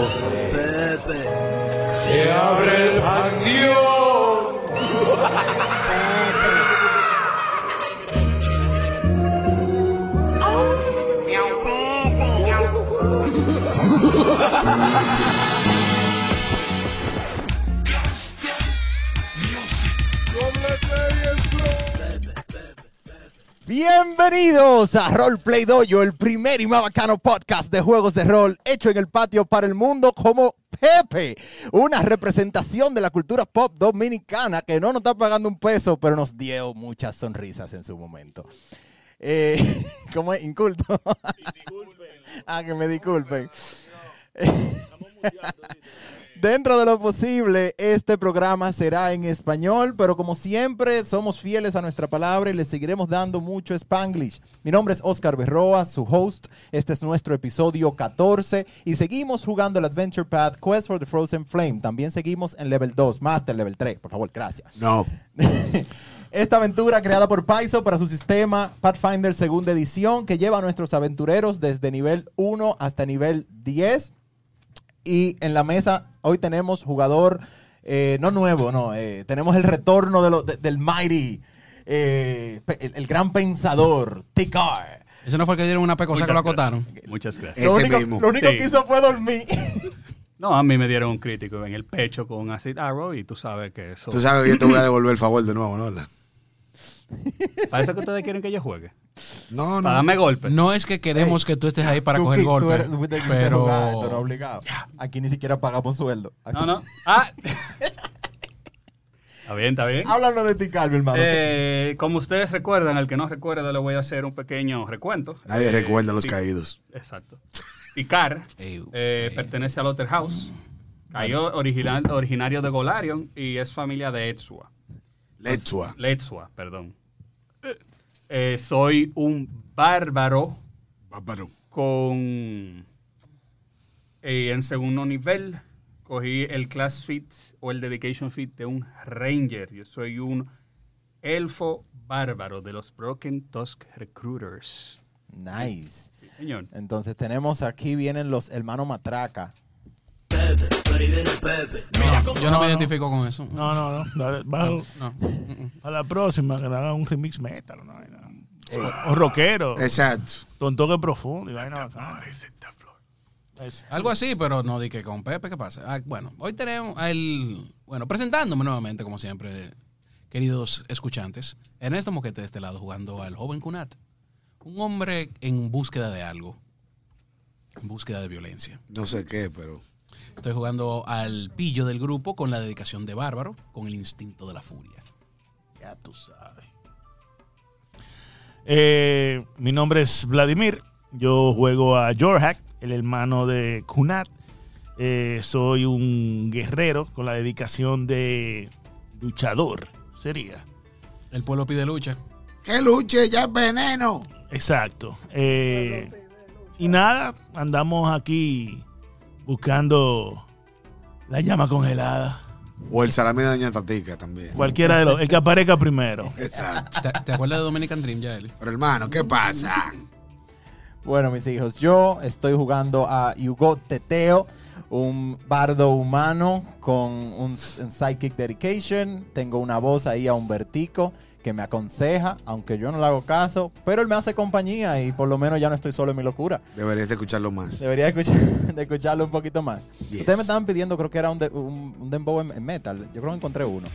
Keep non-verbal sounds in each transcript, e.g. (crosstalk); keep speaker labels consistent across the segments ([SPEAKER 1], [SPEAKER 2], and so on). [SPEAKER 1] Pepe.
[SPEAKER 2] Se abre el panteón.
[SPEAKER 3] Bienvenidos a Roleplay Dojo, el primer y más bacano podcast de juegos de rol hecho en el patio para el mundo como Pepe, una representación de la cultura pop dominicana que no nos está pagando un peso, pero nos dio muchas sonrisas en su momento. Eh, (laughs) ¿Cómo es? Inculto. ah, que me disculpen. Dentro de lo posible, este programa será en español, pero como siempre, somos fieles a nuestra palabra y le seguiremos dando mucho Spanglish. Mi nombre es Oscar Berroa, su host. Este es nuestro episodio 14 y seguimos jugando el Adventure Path Quest for the Frozen Flame. También seguimos en Level 2, Master Level 3, por favor, gracias.
[SPEAKER 1] No.
[SPEAKER 3] Esta aventura creada por Paizo para su sistema Pathfinder segunda edición que lleva a nuestros aventureros desde nivel 1 hasta nivel 10. Y en la mesa hoy tenemos jugador, eh, no nuevo, no, eh, tenemos el retorno de lo- de- del Mighty, eh, pe- el, el gran pensador, Tikar.
[SPEAKER 4] Eso no fue el que dieron una pecosa que lo acotaron.
[SPEAKER 5] Muchas gracias.
[SPEAKER 3] Lo
[SPEAKER 1] Ese
[SPEAKER 3] único,
[SPEAKER 1] mismo.
[SPEAKER 3] lo único
[SPEAKER 5] Sí.
[SPEAKER 3] que hizo fue dormir.
[SPEAKER 5] No, a mí me dieron un crítico en el pecho con acid arrow y tú sabes que eso...
[SPEAKER 1] Tú sabes que yo te voy a devolver el favor de nuevo, ¿no? La-
[SPEAKER 5] Para eso que ustedes quieren que yo juegue.
[SPEAKER 1] No,
[SPEAKER 5] Para
[SPEAKER 1] no.
[SPEAKER 5] darme golpe.
[SPEAKER 4] No es que queremos que tú estés ahí
[SPEAKER 3] (laughs)
[SPEAKER 4] para
[SPEAKER 3] Tú
[SPEAKER 4] coger
[SPEAKER 3] qui- tú
[SPEAKER 4] golpes,
[SPEAKER 3] eres- tú fuiste- fuiste rogado, tú eras
[SPEAKER 4] pero
[SPEAKER 3] obligado. Aquí ni siquiera pagamos sueldo. Aquí-
[SPEAKER 5] No, no. Ah. (laughs) está bien, está bien.
[SPEAKER 1] Ah,
[SPEAKER 3] Háblanos de Tikar, mi hermano.
[SPEAKER 5] Eh, como ustedes recuerdan, al que no recuerda le voy a hacer un pequeño recuento.
[SPEAKER 1] Nadie
[SPEAKER 5] Eh,
[SPEAKER 1] recuerda a los
[SPEAKER 5] Pi-
[SPEAKER 1] caídos.
[SPEAKER 5] Exacto. Picar
[SPEAKER 4] Ey,
[SPEAKER 5] eh, pertenece al Otterhouse. Cayó original, originario de Golarion y es familia de Etzua.
[SPEAKER 1] Lechua.
[SPEAKER 5] Letsua, perdón. Eh, soy un bárbaro
[SPEAKER 1] Bárbaro.
[SPEAKER 5] con... eh, en segundo nivel, cogí el class fit o el dedication fit de un ranger. Yo soy un elfo bárbaro de los Broken Tusk Recruiters.
[SPEAKER 3] Nice.
[SPEAKER 5] Sí, señor.
[SPEAKER 3] Entonces tenemos aquí vienen los hermanos Matraca.
[SPEAKER 4] no, yo no me identifico con eso.
[SPEAKER 6] No, no, no. Dale, bájalo.
[SPEAKER 4] No.
[SPEAKER 6] A la próxima, que le hagan un remix metal, una vaina. O, o rockero,
[SPEAKER 1] Exacto.
[SPEAKER 6] con toque profundo y vaina bacana. Es-
[SPEAKER 4] Algo así, pero no di que con Pepe, ¿qué pasa? Ah, bueno, hoy tenemos al... Bueno, presentándome nuevamente, como siempre, queridos escuchantes. Ernesto Moquete de este lado jugando al joven Cunat. Un hombre en búsqueda de algo. En búsqueda de violencia.
[SPEAKER 1] No sé qué, pero.
[SPEAKER 4] Estoy jugando al pillo del grupo con la dedicación de Bárbaro, con el instinto de la furia.
[SPEAKER 6] Ya tú sabes. Eh, mi nombre es Vladimir. Yo juego a Jorhack, el hermano de Kunat. Eh, soy un guerrero con la dedicación de luchador, sería.
[SPEAKER 4] El pueblo pide lucha.
[SPEAKER 1] ¡Que luche ya es veneno!
[SPEAKER 6] Exacto. Eh, y nada, andamos aquí buscando la llama congelada.
[SPEAKER 1] O el salami de Doña Tatica también.
[SPEAKER 6] Cualquiera de los, el que aparezca primero.
[SPEAKER 1] Exacto.
[SPEAKER 4] ¿Te, te acuerdas de Dominican Dream, ya, Eli?
[SPEAKER 1] Pero hermano, ¿qué pasa?
[SPEAKER 3] Bueno, mis hijos, yo estoy jugando a Hugo Teteo, un bardo humano con un, s- un psychic dedication. Tengo una voz ahí a Humbertico que me aconseja, aunque yo no le hago caso, pero él me hace compañía y por lo menos ya no estoy solo en mi locura.
[SPEAKER 1] Deberías de escucharlo más.
[SPEAKER 3] Debería escuchar- (laughs) de escucharlo un poquito más.
[SPEAKER 1] Yes.
[SPEAKER 3] Ustedes me estaban pidiendo, creo que era un, de- un- un dembow en, en metal. Yo creo que encontré uno.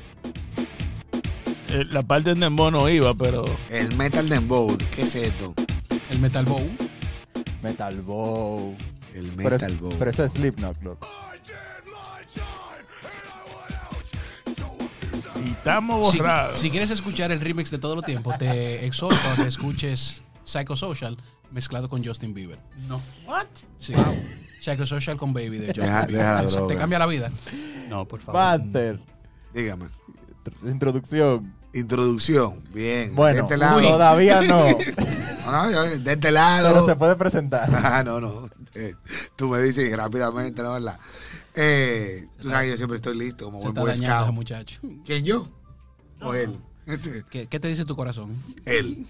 [SPEAKER 6] Eh, la parte de Dembo no iba, pero
[SPEAKER 1] El Metal Dembow. ¿Qué es esto?
[SPEAKER 4] El Metal Bow.
[SPEAKER 3] Metal bow.
[SPEAKER 1] El
[SPEAKER 3] Pero, es-
[SPEAKER 1] Metal Bow.
[SPEAKER 3] pero eso es Slipknot, loco.
[SPEAKER 6] y estamos
[SPEAKER 4] Si,
[SPEAKER 6] borrados.
[SPEAKER 4] si quieres escuchar el remix de todo el tiempo, te exhorto a que escuches Psychosocial mezclado con Justin Bieber. No. ¿What? Sí. Psychosocial con Baby de Justin
[SPEAKER 1] Deja-
[SPEAKER 4] Bieber.
[SPEAKER 1] deja la
[SPEAKER 4] Eso
[SPEAKER 1] droga.
[SPEAKER 4] Te cambia la vida.
[SPEAKER 5] No, por favor.
[SPEAKER 3] Master,
[SPEAKER 1] Dígame.
[SPEAKER 3] tr- introducción.
[SPEAKER 1] Introducción. Bien. de
[SPEAKER 3] Bueno,
[SPEAKER 1] este lado. (laughs)
[SPEAKER 3] todavía no.
[SPEAKER 1] No, no, yo- de este
[SPEAKER 3] Pero
[SPEAKER 1] lado.
[SPEAKER 3] se puede presentar.
[SPEAKER 1] Ah, no, no. Eh, tú me dices y rápidamente, ¿no? ¿Verdad? Eh, tú sabes que yo siempre estoy listo como
[SPEAKER 4] Se
[SPEAKER 1] buen
[SPEAKER 4] está
[SPEAKER 1] boy
[SPEAKER 4] dañando ese
[SPEAKER 1] scout.
[SPEAKER 4] muchacho.
[SPEAKER 1] ¿Quién yo? ¿O él? (laughs)
[SPEAKER 4] ¿Qué, qué te dice tu corazón?
[SPEAKER 1] él.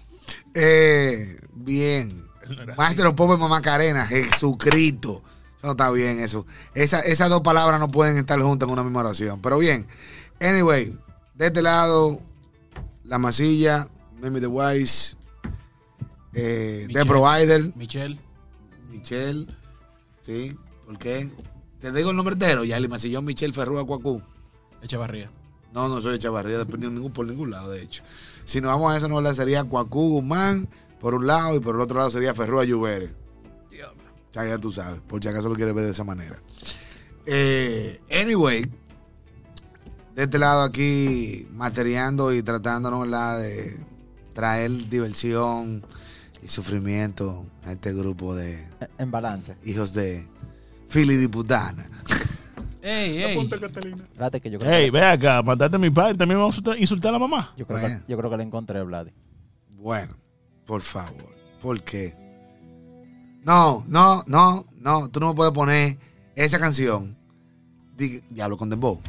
[SPEAKER 1] Eh, bien. Maestro Pobre Mamá Carena, Jesucristo. Eso no está bien eso. Esa- esas dos palabras no pueden estar juntas en una misma oración. Pero bien, anyway, de este lado, La Masilla, Mimi The Wise, eh, The
[SPEAKER 4] Michelle.
[SPEAKER 1] Provider,
[SPEAKER 4] Michelle.
[SPEAKER 1] Michelle, ¿sí? ¿Por qué? Te digo el nombre entero, Yali Masillón, Michelle Ferrua Cuacú.
[SPEAKER 4] Echevarría. no
[SPEAKER 1] No, no soy de Chavarría, de- por ningún, por ningún lado, de hecho. Si nos vamos a esa novela, sería Cuacú Guzmán, por un lado, y por el otro lado sería Ferrua Lluvere. O sea, ya tú sabes, por si acaso lo quieres ver de esa manera. Eh, anyway, de este lado aquí, materiando y tratándonos ¿verdad? de traer diversión y sufrimiento a este grupo de
[SPEAKER 3] En balance.
[SPEAKER 1] hijos de filidiputana.
[SPEAKER 4] Ey, ey.
[SPEAKER 5] Apunta, Catalina.
[SPEAKER 3] Espérate que yo creo
[SPEAKER 6] Hey,
[SPEAKER 3] que...
[SPEAKER 6] ve acá, mataste a mi padre, también vamos a insultar- insultar a la mamá.
[SPEAKER 3] Yo creo,
[SPEAKER 1] Bueno.
[SPEAKER 3] que, yo creo que la encontré, Vladi.
[SPEAKER 1] Bueno, por favor, ¿por qué? No, no, no, no, tú no me puedes poner esa canción. Di- Diablo con Dembow.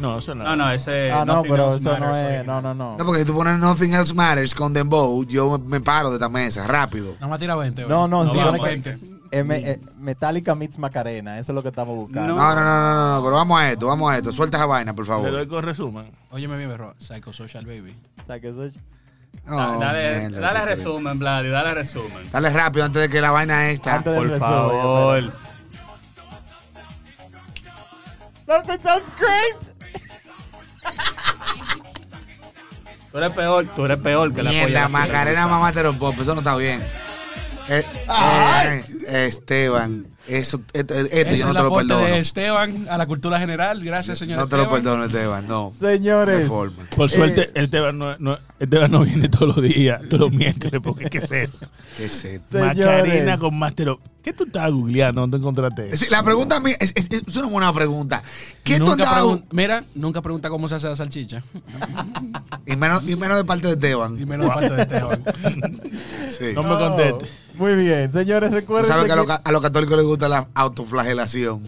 [SPEAKER 6] No, eso Eh, no.
[SPEAKER 5] No, no, ese.
[SPEAKER 3] ah, no,
[SPEAKER 5] Nothing
[SPEAKER 3] pero
[SPEAKER 5] Else
[SPEAKER 3] eso no
[SPEAKER 5] Matters
[SPEAKER 3] es... No,
[SPEAKER 5] original.
[SPEAKER 3] no, no.
[SPEAKER 1] No, porque si tú pones Nothing Else Matters con Dembow, yo me, me paro de esta mesa, rápido.
[SPEAKER 4] Nada más tira 20.
[SPEAKER 3] No, no,
[SPEAKER 5] No,
[SPEAKER 3] se
[SPEAKER 5] vamos,
[SPEAKER 3] supone que-
[SPEAKER 5] gente.
[SPEAKER 3] Eh, me- eh, Metallica meets Macarena. Eso es lo que estamos
[SPEAKER 1] No,
[SPEAKER 3] buscando.
[SPEAKER 1] no, no, no, no, no, pero vamos a esto, vamos a esto. Suelta esa vaina, por
[SPEAKER 6] Le
[SPEAKER 1] favor.
[SPEAKER 6] doy con resumen.
[SPEAKER 4] Óyeme bien, perro. Psychosocial Baby.
[SPEAKER 3] O sea, que eso es-
[SPEAKER 1] No,
[SPEAKER 5] dale
[SPEAKER 1] mierda,
[SPEAKER 5] dale
[SPEAKER 1] súper.
[SPEAKER 5] resumen, Vladi, dale resumen.
[SPEAKER 1] Dale rápido antes de que la vaina esta.
[SPEAKER 3] Antes de-
[SPEAKER 6] Por
[SPEAKER 3] resumen,
[SPEAKER 6] favor.
[SPEAKER 3] That sounds great.
[SPEAKER 5] Tú eres peor, tú eres peor que la polla.
[SPEAKER 1] Mierda,
[SPEAKER 5] de
[SPEAKER 1] Macarena
[SPEAKER 5] Fiorella.
[SPEAKER 1] mamá te lo pop, eso no está bien. Eh, eh, Esteban, eso, esto, esto yo
[SPEAKER 4] Ese
[SPEAKER 1] no
[SPEAKER 4] es
[SPEAKER 1] te
[SPEAKER 4] el
[SPEAKER 1] lo
[SPEAKER 4] aporte
[SPEAKER 1] perdono.
[SPEAKER 4] de Esteban a la cultura general. Gracias, señor
[SPEAKER 1] No te lo
[SPEAKER 4] Esteban.
[SPEAKER 1] perdono, Esteban, no. De
[SPEAKER 3] Señores.
[SPEAKER 1] forma.
[SPEAKER 6] Por suerte,
[SPEAKER 3] Eh.
[SPEAKER 6] el Esteban no, no- Esteban no viene todos los días, todos los miércoles, porque ¿qué es esto?
[SPEAKER 1] Qué set.
[SPEAKER 3] Señores.
[SPEAKER 6] Macarena con Master of- ¿Qué tú estabas googleando? ¿Dónde encontraste?
[SPEAKER 1] Sí, La pregunta mía es, es- es una buena pregunta. ¿Qué tú
[SPEAKER 4] Nunca
[SPEAKER 1] andabas-
[SPEAKER 4] pregun- Mira, nunca pregunta cómo se hace la salchicha.
[SPEAKER 1] Y menos, y menos de parte de
[SPEAKER 4] Y
[SPEAKER 1] Esteban.
[SPEAKER 4] menos de parte de Esteban.
[SPEAKER 1] Sí.
[SPEAKER 6] No me conteste.
[SPEAKER 3] Muy bien. Señores,
[SPEAKER 1] Tú
[SPEAKER 3] recuerden
[SPEAKER 1] sabes que a
[SPEAKER 3] que-
[SPEAKER 1] los, ca- a los católicos les gusta la autoflagelación.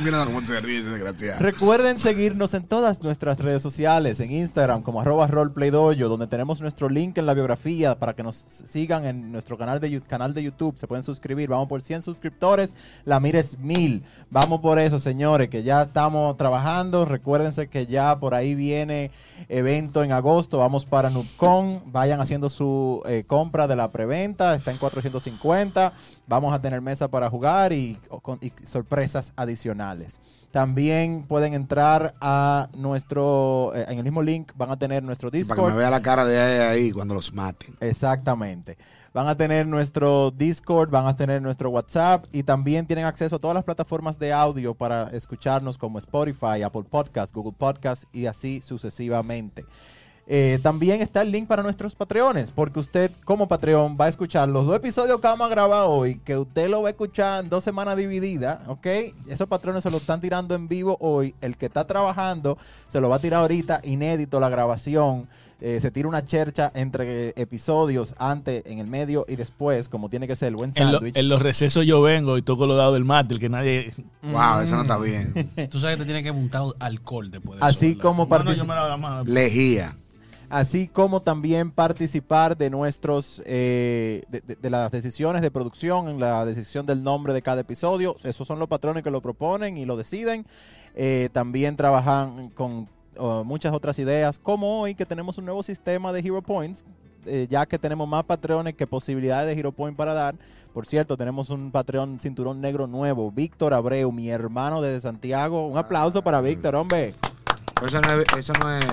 [SPEAKER 1] Mira cómo se ríe ese desgraciado.
[SPEAKER 3] Recuerden seguirnos en todas nuestras redes sociales, en Instagram como arroba roleplaydojo, donde tenemos nuestro link en la biografía para que nos sigan en nuestro canal de, Yu- canal de YouTube. Se pueden suscribir. Vamos por 100 suscriptores. La mira es 1000. Vamos por eso, señores, que ya estamos trabajando. Recuérdense que ya por ahí viene evento en agosto. Vamos para NubCon. Vayan haciendo su eh, compra de la preventa. Está en 450. Vamos a tener mesa para jugar y, o con- y sorpresas adicionales. También pueden entrar a nuestro, eh, en el mismo link van a tener nuestro
[SPEAKER 1] Para que me
[SPEAKER 3] Discord.
[SPEAKER 1] vea la cara de ahí, ahí cuando los maten.
[SPEAKER 3] Exactamente. Van a tener nuestro Discord, van a tener nuestro WhatsApp y también tienen acceso a todas las plataformas de audio para escucharnos como Spotify, Apple Podcast, Google Podcast y así sucesivamente. Eh, también está el link para nuestros Patreones, porque usted como Patreon va a escuchar los dos episodios que vamos a grabar hoy, que usted lo va a escuchar en dos semanas divididas, ¿ok? Esos Patreones se lo están tirando en vivo hoy. El que está trabajando se lo va a tirar ahorita, inédito la grabación. Eh, se tira una chercha entre episodios, antes, en el medio y después, como tiene que ser el buen
[SPEAKER 6] En, lo-
[SPEAKER 3] sándwich.
[SPEAKER 6] en los recesos yo vengo y toco los dados del máster, que nadie...
[SPEAKER 1] Wow, eso no está bien.
[SPEAKER 4] (laughs) Tú sabes que te tiene que montar alcohol después de
[SPEAKER 3] Así
[SPEAKER 4] eso, ¿verdad?
[SPEAKER 3] como
[SPEAKER 6] No, no,
[SPEAKER 3] partici-
[SPEAKER 6] yo me lavo la mano.
[SPEAKER 1] Lejía.
[SPEAKER 3] así como también participar de nuestros eh, de, de- de las decisiones de producción, en la decisión del nombre de cada episodio. Esos son los patrones que lo proponen y lo deciden. Eh, también trabajan con oh, muchas otras ideas, como hoy que tenemos un nuevo sistema de Hero Points. eh, ya que tenemos más patrones que posibilidades de Hero Point para dar. Por cierto, tenemos un patrón cinturón negro nuevo, Víctor Abreu, mi hermano desde Santiago. Un aplauso para Víctor, hombre.
[SPEAKER 1] Eso no es. Eso no es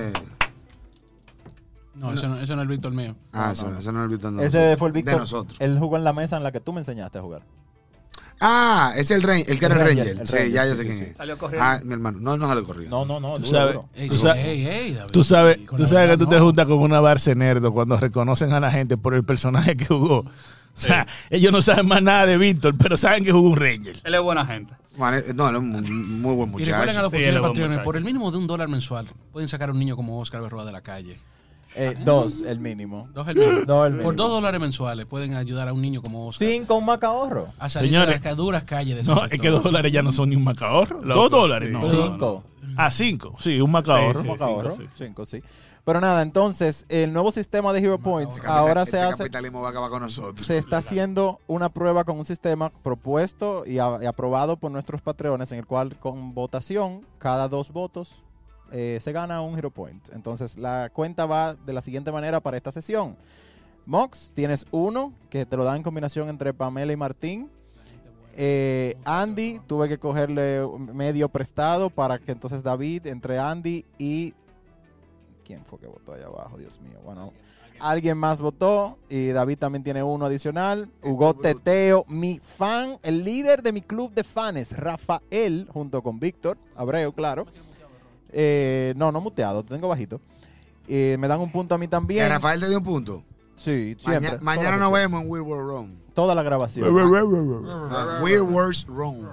[SPEAKER 4] No, eso no, eso no es el Víctor mío.
[SPEAKER 1] ah, eso, no- eso no es el Víctor de
[SPEAKER 3] Ese
[SPEAKER 1] nosotros.
[SPEAKER 3] fue el Víctor.
[SPEAKER 1] De nosotros.
[SPEAKER 3] Él jugó en la mesa en la que tú me enseñaste a jugar.
[SPEAKER 1] Ah, es el Ranger. El que era el
[SPEAKER 3] El
[SPEAKER 1] Ranger.
[SPEAKER 3] Ranger, el
[SPEAKER 1] sí,
[SPEAKER 3] Ranger,
[SPEAKER 1] ya yo
[SPEAKER 3] sí,
[SPEAKER 1] sé
[SPEAKER 3] sí,
[SPEAKER 1] quién
[SPEAKER 3] sí.
[SPEAKER 1] es.
[SPEAKER 5] Salió corriendo.
[SPEAKER 1] Ah, mi hermano. No, no salió corriendo.
[SPEAKER 3] No, no, no.
[SPEAKER 6] Tú
[SPEAKER 3] duro,
[SPEAKER 6] sabes-
[SPEAKER 3] duro.
[SPEAKER 4] Ey,
[SPEAKER 6] Tú
[SPEAKER 4] sí,
[SPEAKER 6] sa-
[SPEAKER 4] ey, ey, David.
[SPEAKER 6] Tú sabes,
[SPEAKER 4] Y con
[SPEAKER 6] tú
[SPEAKER 4] la
[SPEAKER 6] sabes que tú
[SPEAKER 4] verdad,
[SPEAKER 6] te
[SPEAKER 4] no.
[SPEAKER 6] juntas como una barce nerdo cuando reconocen a la gente por el personaje que jugó. O sea, ellos no saben más nada de Víctor, pero saben que jugó un Ranger.
[SPEAKER 5] Él es buena gente.
[SPEAKER 1] Bueno, eh, no, era un muy, muy buen
[SPEAKER 4] Y recuerden a
[SPEAKER 1] muchacho.
[SPEAKER 4] los
[SPEAKER 5] Sí,
[SPEAKER 4] posibles
[SPEAKER 5] él es buen
[SPEAKER 4] patrones,
[SPEAKER 5] muchacho.
[SPEAKER 4] por el mínimo de un dólar mensual, pueden sacar a un niño como Oscar Berroa de la calle.
[SPEAKER 3] Eh, dos, el mínimo.
[SPEAKER 4] Dos el mínimo.
[SPEAKER 3] Dos el
[SPEAKER 4] Por
[SPEAKER 3] mínimo.
[SPEAKER 4] dos dólares mensuales pueden ayudar a un niño como Oscar
[SPEAKER 3] Cinco, un macahorro.
[SPEAKER 4] a salir de
[SPEAKER 6] Señores.
[SPEAKER 4] las ca- duras calles de San
[SPEAKER 6] No, es que dos dólares ya no son ni un macahorro. Dos
[SPEAKER 5] Loco,
[SPEAKER 6] dólares,
[SPEAKER 5] sí.
[SPEAKER 6] no.
[SPEAKER 5] Sí.
[SPEAKER 3] Cinco.
[SPEAKER 6] Ah, cinco. Sí, un
[SPEAKER 5] Sí,
[SPEAKER 6] macahorro.
[SPEAKER 3] Un
[SPEAKER 5] sí.
[SPEAKER 3] macahorro.
[SPEAKER 5] cinco, sí.
[SPEAKER 3] Cinco, sí. Pero nada, entonces, el nuevo sistema de Hero Points
[SPEAKER 1] Este
[SPEAKER 3] ahora
[SPEAKER 1] capital-
[SPEAKER 3] se
[SPEAKER 1] este
[SPEAKER 3] hace
[SPEAKER 1] capitalismo va a acabar con nosotros.
[SPEAKER 3] se está haciendo una prueba con un sistema propuesto y, a- y aprobado por nuestros patreones, en el cual con votación, cada dos votos, eh, se gana un Hero Point. Entonces, la cuenta va de la siguiente manera para esta sesión. Mox, tienes uno, que te lo dan en combinación entre Pamela y Martín. Eh, Andy, tuve que cogerle medio prestado para que entonces David, entre Andy y... ¿Quién fue que votó allá abajo? Dios mío. Bueno, Alguien más votó y David también tiene uno adicional. Hugo
[SPEAKER 1] Bruto.
[SPEAKER 3] Teteo, mi fan, el líder de mi club de fans, Rafael, junto con Víctor Abreu, claro. Eh, no, no muteado, te tengo bajito. Eh, me dan un punto a mí
[SPEAKER 1] Que
[SPEAKER 3] también.
[SPEAKER 1] Rafael te dio un punto.
[SPEAKER 3] Sí,
[SPEAKER 1] Maña-
[SPEAKER 3] siempre.
[SPEAKER 1] mañana
[SPEAKER 3] Toda
[SPEAKER 1] nos
[SPEAKER 3] la-
[SPEAKER 1] vemos en Weird World Wrong.
[SPEAKER 3] Toda la grabación.
[SPEAKER 1] Ah, Weird World Wrong.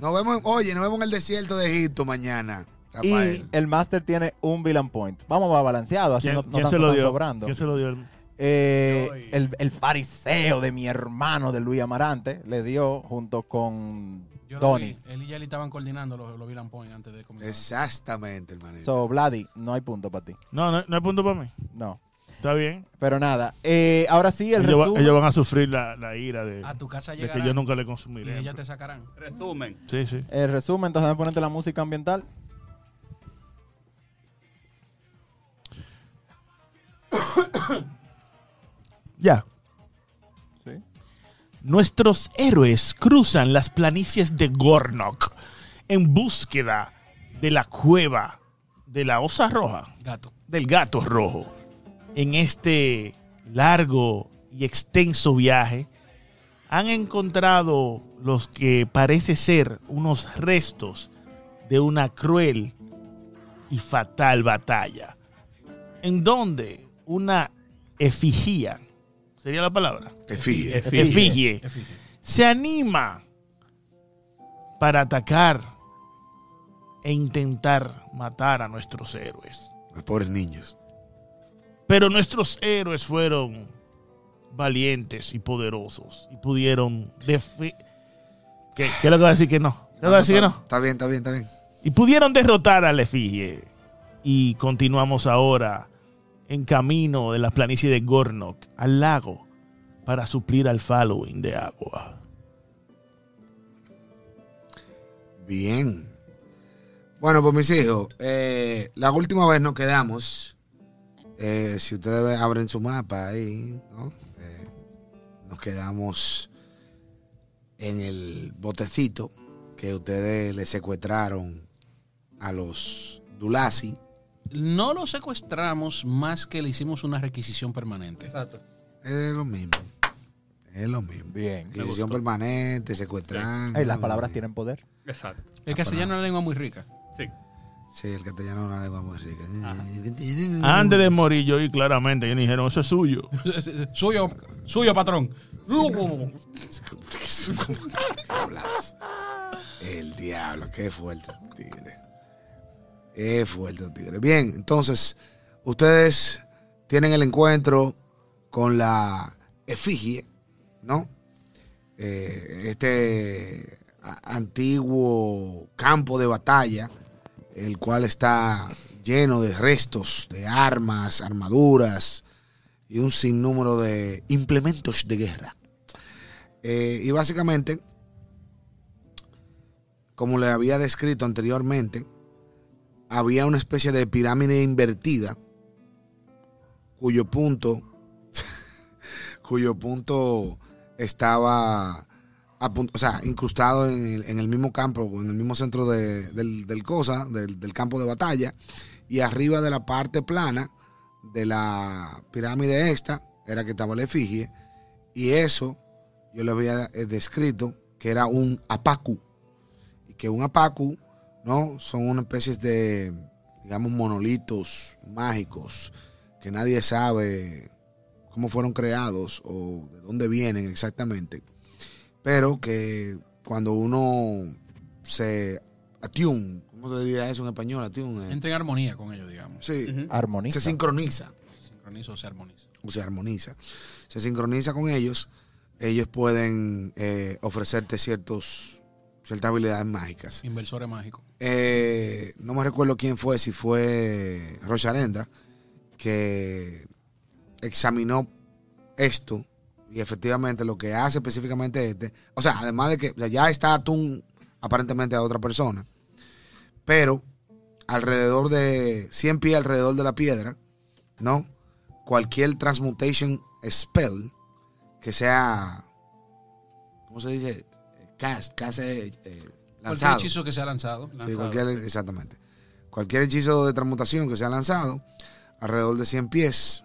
[SPEAKER 1] Nos vemos, en- oye, nos vemos en el desierto de Egipto mañana,
[SPEAKER 3] Y
[SPEAKER 4] Ah,
[SPEAKER 1] Rafael.
[SPEAKER 3] el máster tiene un villain point. Vamos a balanceado, así
[SPEAKER 6] ¿Quién,
[SPEAKER 3] no, no
[SPEAKER 6] quién
[SPEAKER 3] tanto
[SPEAKER 6] se lo
[SPEAKER 3] están
[SPEAKER 6] dio?
[SPEAKER 3] sobrando.
[SPEAKER 6] ¿Quién se lo dio? el-
[SPEAKER 3] Eh,
[SPEAKER 5] Yo y-
[SPEAKER 3] el, el fariseo de mi hermano de Luis Amarante le dio junto con
[SPEAKER 4] Yo lo
[SPEAKER 3] Donnie.
[SPEAKER 4] vi, Él y Jelly estaban coordinando los los Villain Point antes de comenzar.
[SPEAKER 1] Exactamente, hermanito.
[SPEAKER 3] So, Vladi, no hay punto para ti.
[SPEAKER 6] No, no, no hay punto para mí.
[SPEAKER 3] No.
[SPEAKER 6] Está bien.
[SPEAKER 3] Pero nada. eh, ahora sí, el
[SPEAKER 6] ellos, va-
[SPEAKER 3] resumen.
[SPEAKER 6] ellos van a sufrir la, la ira de,
[SPEAKER 4] A tu casa
[SPEAKER 6] de
[SPEAKER 4] llegarán
[SPEAKER 6] que yo nunca le
[SPEAKER 4] y
[SPEAKER 6] consumiré. pues.
[SPEAKER 4] ellas te sacarán.
[SPEAKER 5] Resumen.
[SPEAKER 6] Sí, sí.
[SPEAKER 3] El resumen, entonces déjame ponerte la música ambiental.
[SPEAKER 6] Ya.
[SPEAKER 3] Sí.
[SPEAKER 6] Nuestros héroes cruzan las planicies de Gornok en búsqueda de la cueva de la Osa Roja,
[SPEAKER 4] Gato.
[SPEAKER 6] del Gato Rojo. En este largo y extenso viaje han encontrado los que parece ser unos restos de una cruel y fatal batalla, en donde una efigía, sería la palabra,
[SPEAKER 1] Te fíes.
[SPEAKER 6] efigie,
[SPEAKER 4] Efigie.
[SPEAKER 6] se anima para atacar e intentar matar a nuestros héroes.
[SPEAKER 1] Los pobres niños.
[SPEAKER 6] Pero nuestros héroes fueron valientes y poderosos y pudieron... defe- ¿Qué, qué es lo que va a decir que no? ¿Qué es lo que va a decir que no?
[SPEAKER 1] Está bien, está bien, está bien.
[SPEAKER 6] Y pudieron derrotar a la efigie. Y continuamos ahora en camino de la planicie de Gornok al lago para suplir al following de agua.
[SPEAKER 1] Bien. Bueno, pues mis hijos, eh, la última vez nos quedamos. eh, si ustedes ve- abren su mapa ahí, ¿no? Eh, nos quedamos en el botecito que ustedes le secuestraron a los Dulasi.
[SPEAKER 4] No lo secuestramos más que le hicimos una requisición permanente.
[SPEAKER 5] Exacto.
[SPEAKER 1] Es lo mismo. Es lo mismo.
[SPEAKER 3] Bien.
[SPEAKER 1] Inquisición permanente, secuestrar.
[SPEAKER 3] Ey, las palabras tienen poder.
[SPEAKER 5] Exacto.
[SPEAKER 4] El castellano es una lengua muy rica.
[SPEAKER 5] Sí.
[SPEAKER 1] Sí, el castellano es una lengua muy rica. Mm.
[SPEAKER 6] Antes de morir yo y claramente ellos dijeron, eso es suyo.
[SPEAKER 4] (laughs) Suyo, suyo, patrón.
[SPEAKER 1] ¿Cómo que hablas? El diablo, qué fuerte, tigre. Qué fuerte, tigre. Bien, entonces, ustedes tienen el encuentro con la efigie, ¿no? Eh, este a- antiguo campo de batalla, el cual está lleno de restos, de armas, armaduras y un sinnúmero de implementos de guerra. Eh, y básicamente, como le había descrito anteriormente, había una especie de pirámide invertida cuyo punto (laughs) cuyo punto estaba a pun- o sea, incrustado en el, en el mismo campo, en el mismo centro de- del, del cosa, del, del campo de batalla, y arriba de la parte plana de la pirámide esta, era que estaba la efigie, y eso yo le había eh, descrito que era un apacu. Y que un apacu, ¿no? Son una especie de, digamos, monolitos mágicos que nadie sabe cómo fueron creados o de dónde vienen exactamente. Pero que cuando uno se atune, ¿cómo se diría eso en español? Atune. eh.
[SPEAKER 4] Entra en armonía con ello, digamos.
[SPEAKER 1] Sí,
[SPEAKER 5] Ujú.
[SPEAKER 3] Armonista.
[SPEAKER 1] se sincroniza
[SPEAKER 4] Se sincroniza o se armoniza.
[SPEAKER 1] o se armoniza, se sincroniza con ellos, ellos pueden eh, ofrecerte ciertos, ciertas habilidades mágicas.
[SPEAKER 4] Inversores mágicos.
[SPEAKER 1] Eh, no me recuerdo quién fue, si fue Rocharenda, que examinó esto y efectivamente lo que hace específicamente este, o sea, además de que o sea, ya está atún aparentemente a otra persona, pero alrededor de 100 pies alrededor de la piedra, ¿no? Cualquier transmutation spell que sea, ¿cómo se dice? Cast, cast eh, eh,
[SPEAKER 4] Cualquier
[SPEAKER 1] lanzado.
[SPEAKER 4] hechizo que se ha lanzado.
[SPEAKER 1] Sí, cualquier, exactamente. Cualquier hechizo de transmutación que sea lanzado, alrededor de 100 pies,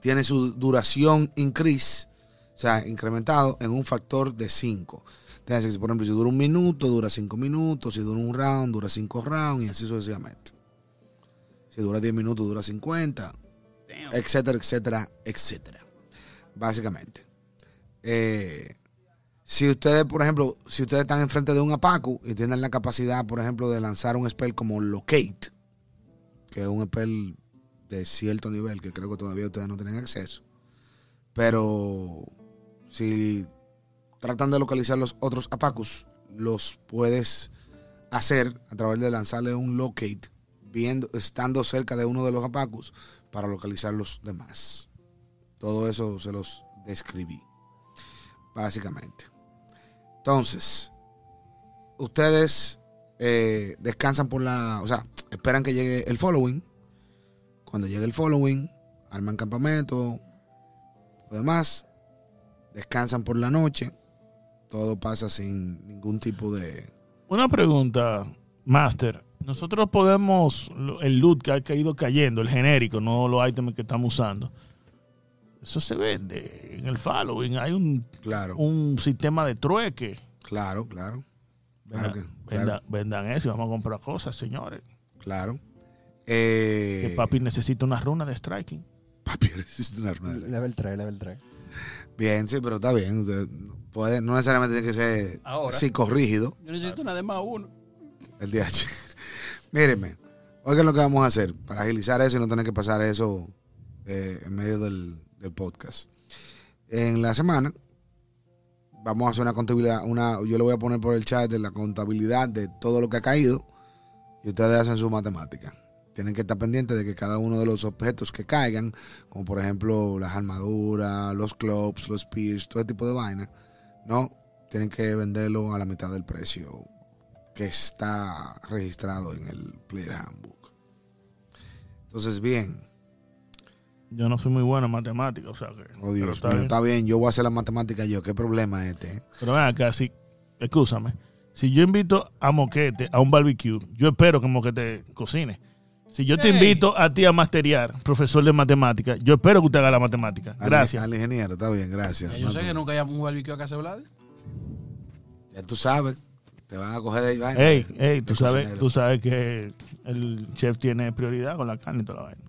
[SPEAKER 1] tiene su duración increase, o sea, incrementado en un factor de 5. Entonces, si, por ejemplo, si dura un minuto, dura 5 minutos, si dura un round, dura 5 rounds, y así sucesivamente. Si dura 10 minutos, dura 50, etcétera, etcétera, etcétera. Básicamente. Eh, si ustedes, por ejemplo, si ustedes están enfrente de un apaco y tienen la capacidad, por ejemplo, de lanzar un spell como Locate, que es un spell de cierto nivel que creo que todavía ustedes no tienen acceso. Pero si tratan de localizar los otros apacos, los puedes hacer a través de lanzarle un Locate, viendo, estando cerca de uno de los apacos para localizar los demás. Todo eso se los describí básicamente. Entonces, ustedes eh, descansan por la, o sea, esperan que llegue el following. Cuando llegue el following, arman campamento, lo demás, descansan por la noche. Todo pasa sin ningún tipo de...
[SPEAKER 6] Una pregunta, Master. Nosotros podemos, lo- el loot que ha caído cayendo, el genérico, no los ítems que estamos usando. Eso se vende en el following. Hay un,
[SPEAKER 1] Claro,
[SPEAKER 6] un sistema de trueque.
[SPEAKER 1] claro, claro, Claro
[SPEAKER 6] Vendan,
[SPEAKER 1] que-
[SPEAKER 6] vendan- vendan eso y vamos a comprar cosas, señores.
[SPEAKER 1] claro. Eh,
[SPEAKER 6] Que papi necesita una runa de striking.
[SPEAKER 1] papi, (laughs) resiste una armadura.
[SPEAKER 3] Level 3, level 3.
[SPEAKER 1] Bien, sí, pero está bien. usted puede- no necesariamente tiene que ser
[SPEAKER 5] Ahora.
[SPEAKER 1] psicorrígido.
[SPEAKER 4] Yo necesito una de más uno.
[SPEAKER 1] El (laughs) DH. Mírenme. Oigan lo que vamos a hacer para agilizar eso y no tener que pasar eso eh, en medio del, del podcast. En la semana vamos a hacer una contabilidad, una, yo le voy a poner por el chat de la contabilidad de todo lo que ha caído y ustedes hacen su matemática. Tienen que estar pendientes de que cada uno de los objetos que caigan, como por ejemplo las armaduras, los clubs, los spears, todo ese tipo de vaina, ¿no? Tienen que venderlo a la mitad del precio que está registrado en el Player Handbook. Entonces, bien.
[SPEAKER 6] Yo no soy muy bueno en matemáticas, o sea que.
[SPEAKER 1] Oh,
[SPEAKER 6] pero
[SPEAKER 1] Dios
[SPEAKER 6] está
[SPEAKER 1] mío,
[SPEAKER 6] bien.
[SPEAKER 1] está bien. Yo voy a hacer la matemática yo. ¿Qué problema es este? eh?
[SPEAKER 6] Pero ven acá, si, escúchame. Si yo invito a Moquete a un barbecue, yo espero que Moquete cocine. Si yo te
[SPEAKER 4] Ey.
[SPEAKER 6] invito a ti a masteriar, profesor de matemáticas, yo espero que usted haga la matemática.
[SPEAKER 1] Al-
[SPEAKER 6] Gracias.
[SPEAKER 1] Al, ingeniero, está bien, gracias.
[SPEAKER 4] Ya yo sé
[SPEAKER 1] No,
[SPEAKER 4] que nunca hay un barbecue a casa de Vlad.
[SPEAKER 1] Ya tú sabes. Te van a coger de ahí. vaina.
[SPEAKER 6] Ey, ey,
[SPEAKER 1] de
[SPEAKER 6] tú sabes,
[SPEAKER 1] cocinero.
[SPEAKER 6] tú sabes que el chef tiene prioridad con la carne y toda la vaina.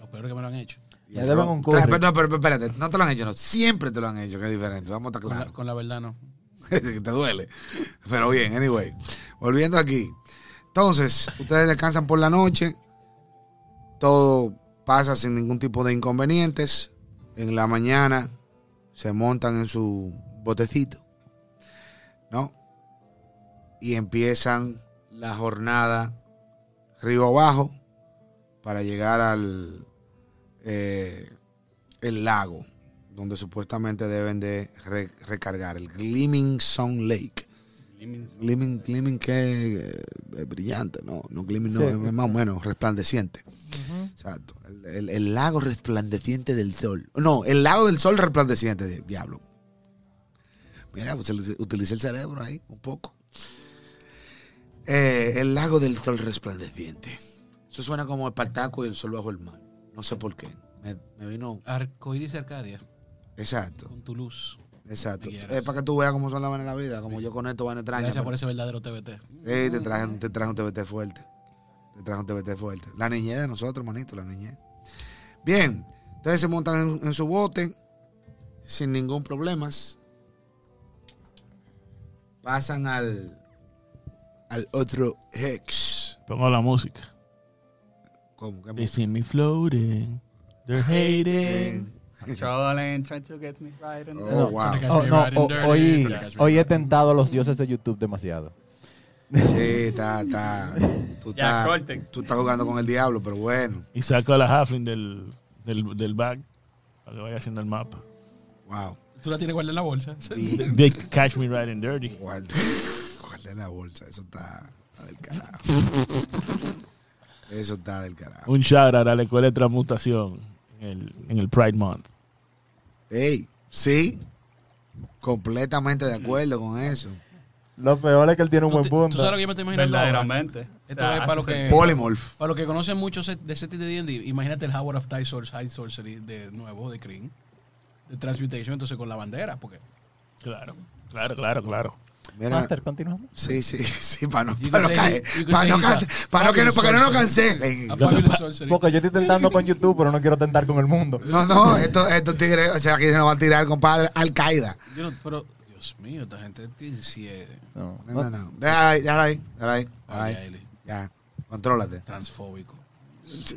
[SPEAKER 4] Lo peor que me lo han hecho.
[SPEAKER 1] Ya
[SPEAKER 3] Me deben
[SPEAKER 1] no.
[SPEAKER 3] un curry.
[SPEAKER 1] Pero- No, pero pero espérate. No te lo han hecho, no. Siempre te lo han hecho, que es diferente. Vamos a estar
[SPEAKER 4] Con,
[SPEAKER 1] claros.
[SPEAKER 4] la, con la verdad no.
[SPEAKER 1] (laughs) que te duele. Pero bien, anyway. Volviendo aquí. Entonces, ustedes descansan por la noche. Todo pasa sin ningún tipo de inconvenientes. En la mañana se montan en su botecito. ¿No? Y empiezan la jornada río abajo para llegar al eh, el lago donde supuestamente deben de re- recargar el Gleaming Sun Lake. Gleaming, gleaming que eh, es brillante, no, no gleaming no,
[SPEAKER 3] Sí.
[SPEAKER 1] es más o menos resplandeciente. Exacto. El, el- el lago resplandeciente del sol. No, el lago del sol resplandeciente, di- diablo. Mira, pues, utilicé- utilicé el cerebro ahí un poco. Eh, el lago del sol resplandeciente. Eso suena como Espartaco y el sol bajo el mar. No sé por qué. Me, me vino.
[SPEAKER 4] Arcoiris Arcadia,
[SPEAKER 1] Exacto.
[SPEAKER 4] con tu luz.
[SPEAKER 1] Exacto.
[SPEAKER 4] Villeras.
[SPEAKER 1] Es para que tú veas cómo son las vainas de la vida, como yo conecto vainas extrañas.
[SPEAKER 4] Gracias por ese verdadero TBT.
[SPEAKER 1] pero- Ey, te, traje, te traje un TBT fuerte. Te traje un TBT fuerte. La niñez de nosotros, manito, la niñez. Bien, ustedes se montan en, en su bote sin ningún problema. Pasan al, al otro Hex.
[SPEAKER 6] Pongo la música.
[SPEAKER 1] ¿Cómo? ¿Qué
[SPEAKER 6] They
[SPEAKER 1] música?
[SPEAKER 6] see me floating. They're hating.
[SPEAKER 5] Trolling, trying to get me right and
[SPEAKER 1] Oh,
[SPEAKER 5] left.
[SPEAKER 1] wow.
[SPEAKER 4] Catch
[SPEAKER 3] Oh,
[SPEAKER 4] me
[SPEAKER 3] no,
[SPEAKER 4] riding
[SPEAKER 3] o-
[SPEAKER 4] dirty,
[SPEAKER 3] hoy,
[SPEAKER 4] catch me
[SPEAKER 3] hoy he
[SPEAKER 4] riding.
[SPEAKER 3] tentado a los dioses de YouTube demasiado.
[SPEAKER 1] Sí, está, está. Tú
[SPEAKER 5] Ya,
[SPEAKER 1] estás,
[SPEAKER 5] corte.
[SPEAKER 1] tú estás jugando con el diablo, pero bueno.
[SPEAKER 6] Y saco a la Halfling del, del, del bag para que vaya haciendo el mapa.
[SPEAKER 1] Wow.
[SPEAKER 4] Tú la tienes guardada en la bolsa.
[SPEAKER 1] Y-
[SPEAKER 6] They catch me right and dirty.
[SPEAKER 1] Guarda, (laughs) guarda en la bolsa, eso está, está del carajo. Eso está del carajo.
[SPEAKER 6] Un shout out a la escuela de transmutación en el, en el Pride Month.
[SPEAKER 1] Ey, sí, completamente de acuerdo con eso.
[SPEAKER 3] Lo peor es que él tiene un
[SPEAKER 4] ¿Tú,
[SPEAKER 3] buen
[SPEAKER 4] te- tú
[SPEAKER 3] punto.
[SPEAKER 4] sabes lo que yo me estoy imaginando? ahora?
[SPEAKER 5] Verdaderamente.
[SPEAKER 4] Esto
[SPEAKER 5] O sea,
[SPEAKER 4] es para lo
[SPEAKER 5] hace
[SPEAKER 4] que.
[SPEAKER 1] Polymorph.
[SPEAKER 4] Para los que conocen mucho set- de set de D&D, imagínate el Howard of Tide Source, High Sorcery de nuevo, de Kryn, de Transmutation, entonces con la bandera, porque
[SPEAKER 6] Claro, claro, claro, claro.
[SPEAKER 1] Mira,
[SPEAKER 3] Master, continuamos.
[SPEAKER 1] sí, sí, sí, para no,
[SPEAKER 4] You
[SPEAKER 1] para no
[SPEAKER 4] can say-
[SPEAKER 1] caer,
[SPEAKER 4] you can
[SPEAKER 1] para no,
[SPEAKER 4] say
[SPEAKER 1] ca-
[SPEAKER 4] he's a
[SPEAKER 1] para no que no, para que no nos
[SPEAKER 4] fabulous
[SPEAKER 1] cancelen.
[SPEAKER 4] a
[SPEAKER 6] Lo que
[SPEAKER 4] Fabulous
[SPEAKER 6] pa-
[SPEAKER 4] Sorcery.
[SPEAKER 3] Porque yo estoy tentando con YouTube, pero no quiero tentar con el mundo.
[SPEAKER 1] No, no, estos estos tigres, o sea, aquí se nos va a tirar, compadre, Al Qaeda.
[SPEAKER 4] Yo no- pero, Dios mío, esta gente tiene siete.
[SPEAKER 3] No,
[SPEAKER 1] No,
[SPEAKER 3] no.
[SPEAKER 1] no, no. Déjala ahí, déjala ahí, déjala ahí, déjala
[SPEAKER 4] Ay,
[SPEAKER 1] ahí.
[SPEAKER 4] Eli,
[SPEAKER 1] Ya, contrólate.
[SPEAKER 4] transfóbico,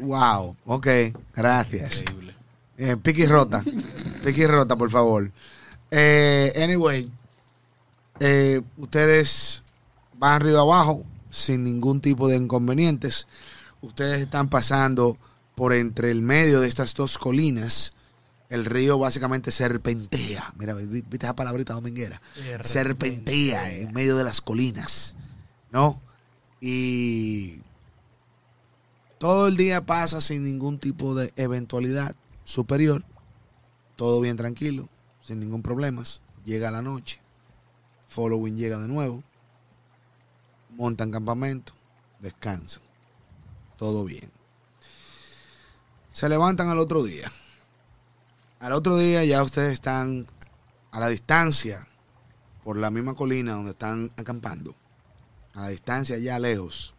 [SPEAKER 1] Wow, ok, gracias.
[SPEAKER 4] increíble.
[SPEAKER 1] Eh, Piqui Rota. Piqui Rota, por favor. Eh, anyway, eh, ustedes van arriba abajo sin ningún tipo de inconvenientes. Ustedes están pasando por entre el medio de estas dos colinas. El río básicamente serpentea. Mira, vi- ¿viste esa palabrita dominguera? Serpentea en medio de las colinas. ¿No? Y todo el día pasa sin ningún tipo de eventualidad superior. Todo bien tranquilo, sin ningún problema. Llega la noche. Following llega de nuevo. Montan campamento. Descansan. Todo bien. Se levantan al otro día. Al otro día ya ustedes están a la distancia por la misma colina donde están acampando. A la distancia ya lejos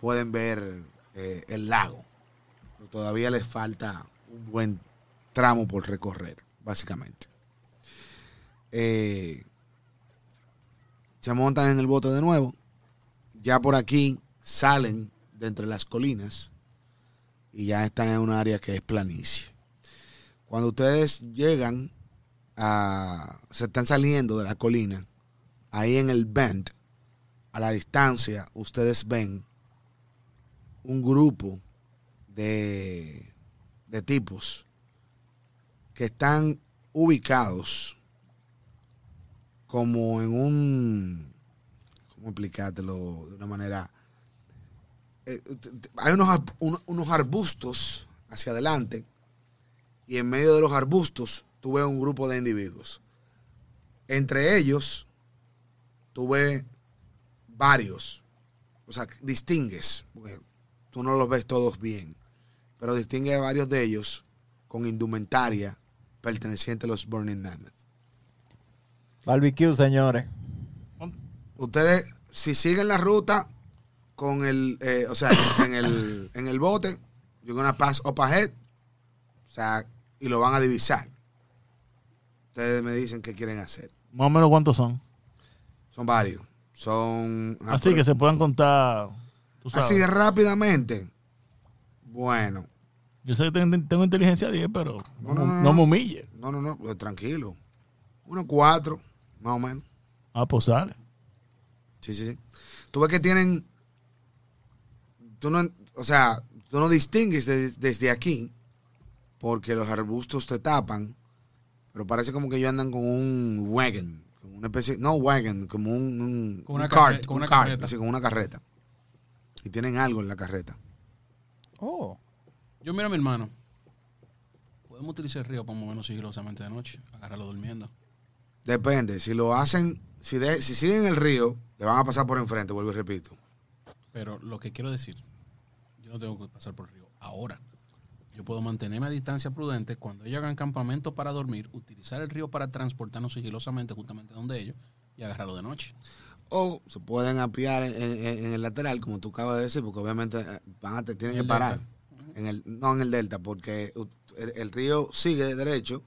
[SPEAKER 1] pueden ver eh, el lago. Pero todavía les falta un buen tramo por recorrer, básicamente. Eh, se montan en el bote de nuevo. Ya por aquí salen de entre las colinas y ya están en un área que es planicie. Cuando ustedes llegan a... se están saliendo de la colina, ahí en el bend, a la distancia, ustedes ven un grupo de, de tipos que están ubicados como en un... ¿Cómo explicártelo de una manera? Eh, t- t- hay unos, ar- un- unos arbustos hacia adelante y en medio de los arbustos tú ves un grupo de individuos. Entre ellos tú ves varios, o sea, distingues, porque tú no los ves todos bien, pero distingue a varios de ellos con indumentaria perteneciente a los Burning Mammoth.
[SPEAKER 3] Barbecue, señores.
[SPEAKER 1] Ustedes, si siguen la ruta con el, eh, o sea, en el, en el bote, you're gonna pass up ahead, o sea, y lo van a divisar. Ustedes me dicen qué quieren hacer.
[SPEAKER 6] Más o menos cuántos son.
[SPEAKER 1] Son varios. Son...
[SPEAKER 6] Así que se puedan contar. tú sabes.
[SPEAKER 1] Así de rápidamente. Bueno.
[SPEAKER 6] Yo sé que tengo, tengo inteligencia 10, pero
[SPEAKER 1] No,
[SPEAKER 6] no,
[SPEAKER 1] no,
[SPEAKER 6] me-
[SPEAKER 1] no.
[SPEAKER 6] no me humille.
[SPEAKER 1] No, no, no, pues, tranquilo. Uno cuatro, más o menos.
[SPEAKER 6] Ah, pues sale.
[SPEAKER 1] Sí, sí, sí. Tú ves que tienen. Tú no, o sea, tú no distingues de- desde aquí porque los arbustos te tapan, pero parece como que ellos andan con un wagon, con una especie, no wagon, como un, un-
[SPEAKER 4] Con una
[SPEAKER 1] un cart,
[SPEAKER 4] carre- con
[SPEAKER 1] un
[SPEAKER 4] una
[SPEAKER 1] cart,
[SPEAKER 4] carreta.
[SPEAKER 1] así, con una carreta. Y tienen algo en la carreta.
[SPEAKER 3] Oh.
[SPEAKER 4] Yo miro a mi hermano. Podemos utilizar el río para movernos sigilosamente de noche, agarrarlo durmiendo.
[SPEAKER 1] Depende, si lo hacen, si, de- si siguen el río, le van a pasar por enfrente, vuelvo y repito.
[SPEAKER 4] Pero lo que quiero decir, yo no tengo que pasar por el río ahora. Yo puedo mantenerme a distancia prudente cuando ellos hagan campamento para dormir, utilizar el río para transportarnos sigilosamente justamente donde ellos y agarrarlo de noche.
[SPEAKER 1] O se pueden apiar en, en- en el lateral, como tú acabas de decir, porque obviamente eh, van a te- tienen
[SPEAKER 4] En
[SPEAKER 1] que
[SPEAKER 4] el
[SPEAKER 1] parar. En el, no en el delta, porque u- el, el río sigue de derecho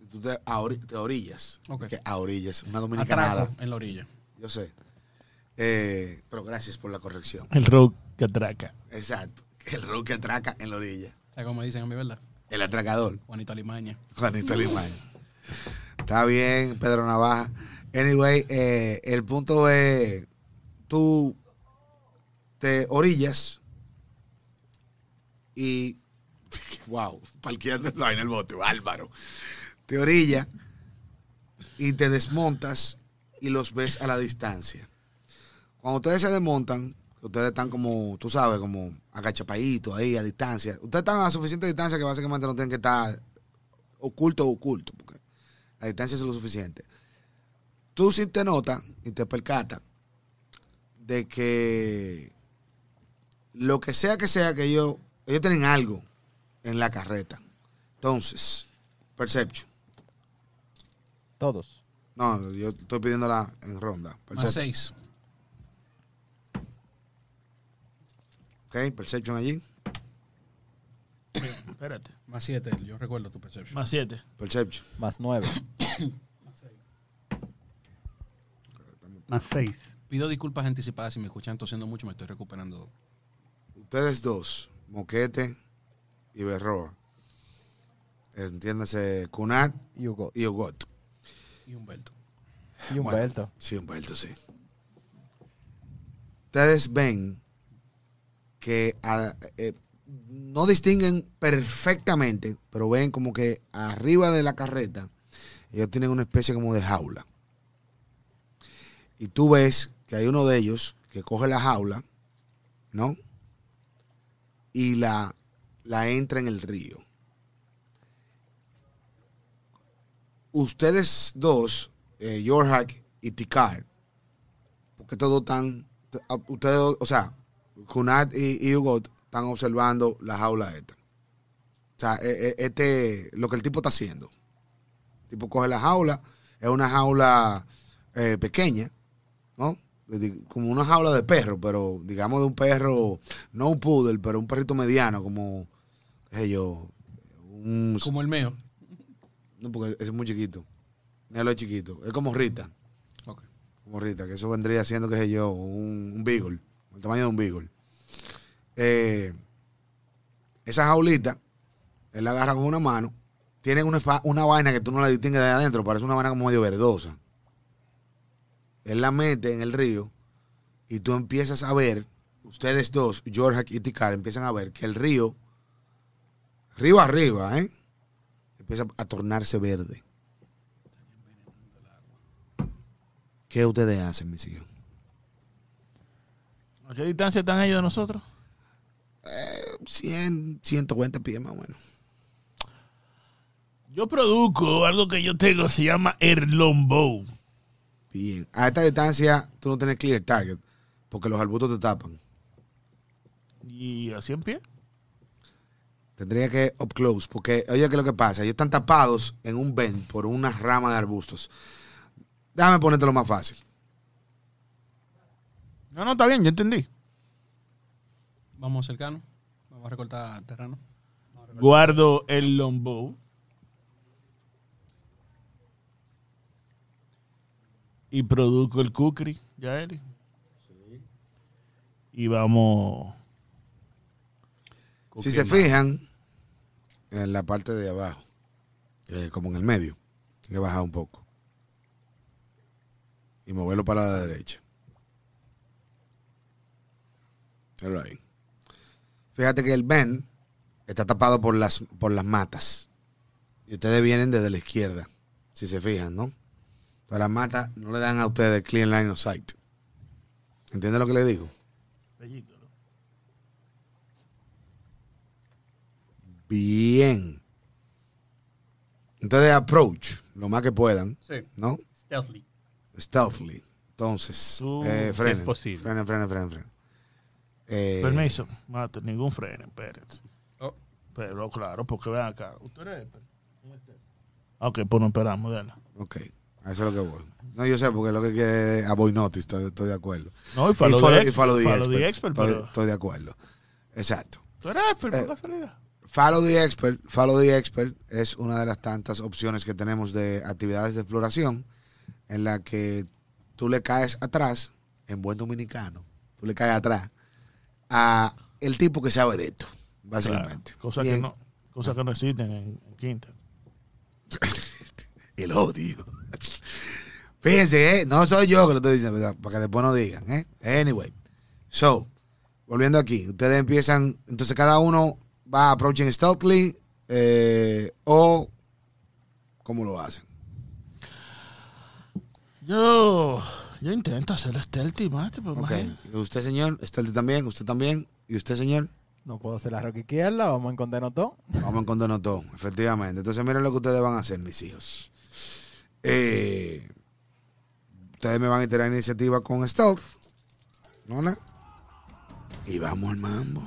[SPEAKER 1] y tú te, a ori- te orillas.
[SPEAKER 4] Ok.
[SPEAKER 1] Que a orillas, una dominicanada.
[SPEAKER 4] Atraco en la orilla.
[SPEAKER 1] Yo sé. Eh, pero gracias por la corrección.
[SPEAKER 6] El road que atraca.
[SPEAKER 1] Exacto. El río que atraca en la orilla.
[SPEAKER 4] ¿Sabes cómo me dicen a mí, verdad?
[SPEAKER 1] El atracador.
[SPEAKER 4] Juanito Alimaña.
[SPEAKER 1] Juanito Limán. Está bien, Pedro Navaja. Anyway, eh, el punto es, tú te orillas y. (laughs) ¡Wow! Parqueando la vaina el bote, Álvaro. Te orilla y te desmontas y los ves a la distancia. Cuando ustedes se desmontan, ustedes están como, tú sabes, como agachapaditos ahí a distancia. Ustedes están a suficiente distancia que básicamente no tienen que estar oculto o oculto, porque la distancia es lo suficiente. Tú sí te notas y te percatas de que lo que sea que sea que ellos, ellos tienen algo en la carreta. Entonces, Perception.
[SPEAKER 3] Todos.
[SPEAKER 1] No, yo estoy pidiéndola en ronda.
[SPEAKER 4] Más
[SPEAKER 1] Perception.
[SPEAKER 4] seis.
[SPEAKER 1] Ok, Perception allí.
[SPEAKER 6] Espérate.
[SPEAKER 4] Más siete, yo recuerdo tu perception.
[SPEAKER 6] Más siete.
[SPEAKER 1] Perception.
[SPEAKER 3] Más nueve.
[SPEAKER 5] Más seis.
[SPEAKER 4] Pido disculpas anticipadas si me escuchan tosiendo mucho, me estoy recuperando.
[SPEAKER 1] Ustedes dos, Moquete y Berroa. Entiéndase, Kunat
[SPEAKER 3] Y Hugo.
[SPEAKER 1] y Ogot.
[SPEAKER 4] Y Humberto.
[SPEAKER 3] Y Humberto.
[SPEAKER 1] Sí, Humberto, sí. Ustedes ven que ah, eh, no distinguen perfectamente, pero ven como que arriba de la carreta ellos tienen una especie como de jaula. Y tú ves que hay uno de ellos que coge la jaula, ¿no? Y la, la entra en el río. ustedes dos, eh, Yorhak y Tikar, porque todos están, t- a- ustedes, dos, o sea, Kunat y, y Hugot están observando la jaula esta. O sea, e- e- este, lo que el tipo está haciendo. El tipo coge la jaula, es una jaula eh, pequeña, ¿no? Le di- Como una jaula de perro, pero digamos de un perro, no un poodle, pero un perrito mediano, como, qué sé yo, un
[SPEAKER 4] Como el mío.
[SPEAKER 1] no, porque es muy chiquito. Nelo es chiquito. Es como Rita.
[SPEAKER 4] Ok.
[SPEAKER 1] Como Rita, que eso vendría siendo, qué sé yo, un, un beagle. El tamaño de un beagle. Eh, esa jaulita, él la agarra con una mano. Tiene una, espa- una vaina que tú no la distingues de adentro. Parece una vaina como medio verdosa. Él la mete en el río y tú empiezas a ver, ustedes dos, George y Tikar, empiezan a ver que el río, río arriba, ¿eh? empieza a tornarse verde. ¿Qué ustedes hacen, mis hijos?
[SPEAKER 6] ¿A qué distancia están ellos de nosotros?
[SPEAKER 1] 100, 120 pies más o menos.
[SPEAKER 6] Yo produzco algo que yo tengo, se llama Erlombow.
[SPEAKER 1] Bien. A esta distancia tú no tienes clear target porque los arbustos te tapan.
[SPEAKER 6] ¿Y a 100 pies?
[SPEAKER 1] Tendría que up close porque, oye, ¿qué es lo que pasa? Ellos están tapados en un bend por una rama de arbustos. Déjame ponértelo más fácil.
[SPEAKER 6] No, no, está bien, yo entendí.
[SPEAKER 4] Vamos cercano. Vamos a recortar terreno.
[SPEAKER 6] Guardo el longbow. Y produzco el kukri, ya Eli. Y vamos.
[SPEAKER 1] Si se fijan, en la parte de abajo, eh, como en el medio, hay que bajar un poco. Y moverlo para la derecha. Míralo ahí. Fíjate que el Ben está tapado por las, por las matas. Y ustedes vienen desde la izquierda, si se fijan, ¿no? Entonces las matas no le dan a ustedes clean line of sight. ¿Entienden lo que les digo? Bien. Entonces approach lo más que puedan,
[SPEAKER 5] Sí.
[SPEAKER 1] ¿no?
[SPEAKER 5] Stealthily.
[SPEAKER 1] Stealthily. Entonces,
[SPEAKER 6] Tú,
[SPEAKER 1] eh, frenen.
[SPEAKER 5] es posible.
[SPEAKER 1] Frenen, frenen, frenen, frenen. Eh,
[SPEAKER 6] Permiso, mato, ningún freno, espérate.
[SPEAKER 5] Oh.
[SPEAKER 6] Pero claro, porque ven acá. Usted es. Ah, Ok, pues no esperamos, dale.
[SPEAKER 1] Ok, a eso es lo que voy. No, yo sé, porque lo que quiere es a Boy Notice, estoy, estoy de acuerdo.
[SPEAKER 6] No, y follow,
[SPEAKER 1] y follow,
[SPEAKER 6] the,
[SPEAKER 1] y
[SPEAKER 6] expert,
[SPEAKER 1] follow the
[SPEAKER 6] follow
[SPEAKER 1] expert.
[SPEAKER 6] the expert,
[SPEAKER 1] Estoy,
[SPEAKER 6] pero.
[SPEAKER 1] estoy de acuerdo. Exacto.
[SPEAKER 6] Tú eres expert,
[SPEAKER 1] Eh.
[SPEAKER 6] por casualidad.
[SPEAKER 1] Follow the Expert, Follow the Expert es una de las tantas opciones que tenemos de actividades de exploración en la que tú le caes atrás, en buen dominicano, tú le caes atrás a el tipo que sabe de esto, básicamente.
[SPEAKER 6] Claro, cosas
[SPEAKER 1] Y
[SPEAKER 6] que
[SPEAKER 1] en-
[SPEAKER 6] no, cosas que no
[SPEAKER 1] (laughs)
[SPEAKER 6] existen en, en Quinta.
[SPEAKER 1] El odio. Fíjense, ¿eh? no soy yo que lo estoy diciendo, ¿verdad? para que después no digan. ¿eh? Anyway, so, volviendo aquí, ustedes empiezan, entonces cada uno va approaching stealthily eh, o cómo lo hacen.
[SPEAKER 6] Yo, yo intento hacer stealthy, mate, pero
[SPEAKER 1] Ok,
[SPEAKER 6] imagínate.
[SPEAKER 1] ¿Y usted señor, stealthy también, usted también, y usted señor,
[SPEAKER 3] No puedo hacer la roca izquierda, vamos a encontrarnos todos.
[SPEAKER 1] vamos en condono todo, efectivamente. Entonces miren lo que ustedes van a hacer, mis hijos. Eh, ustedes me van a tirar iniciativa con stealth, ¿no? na? Y vamos al mambo.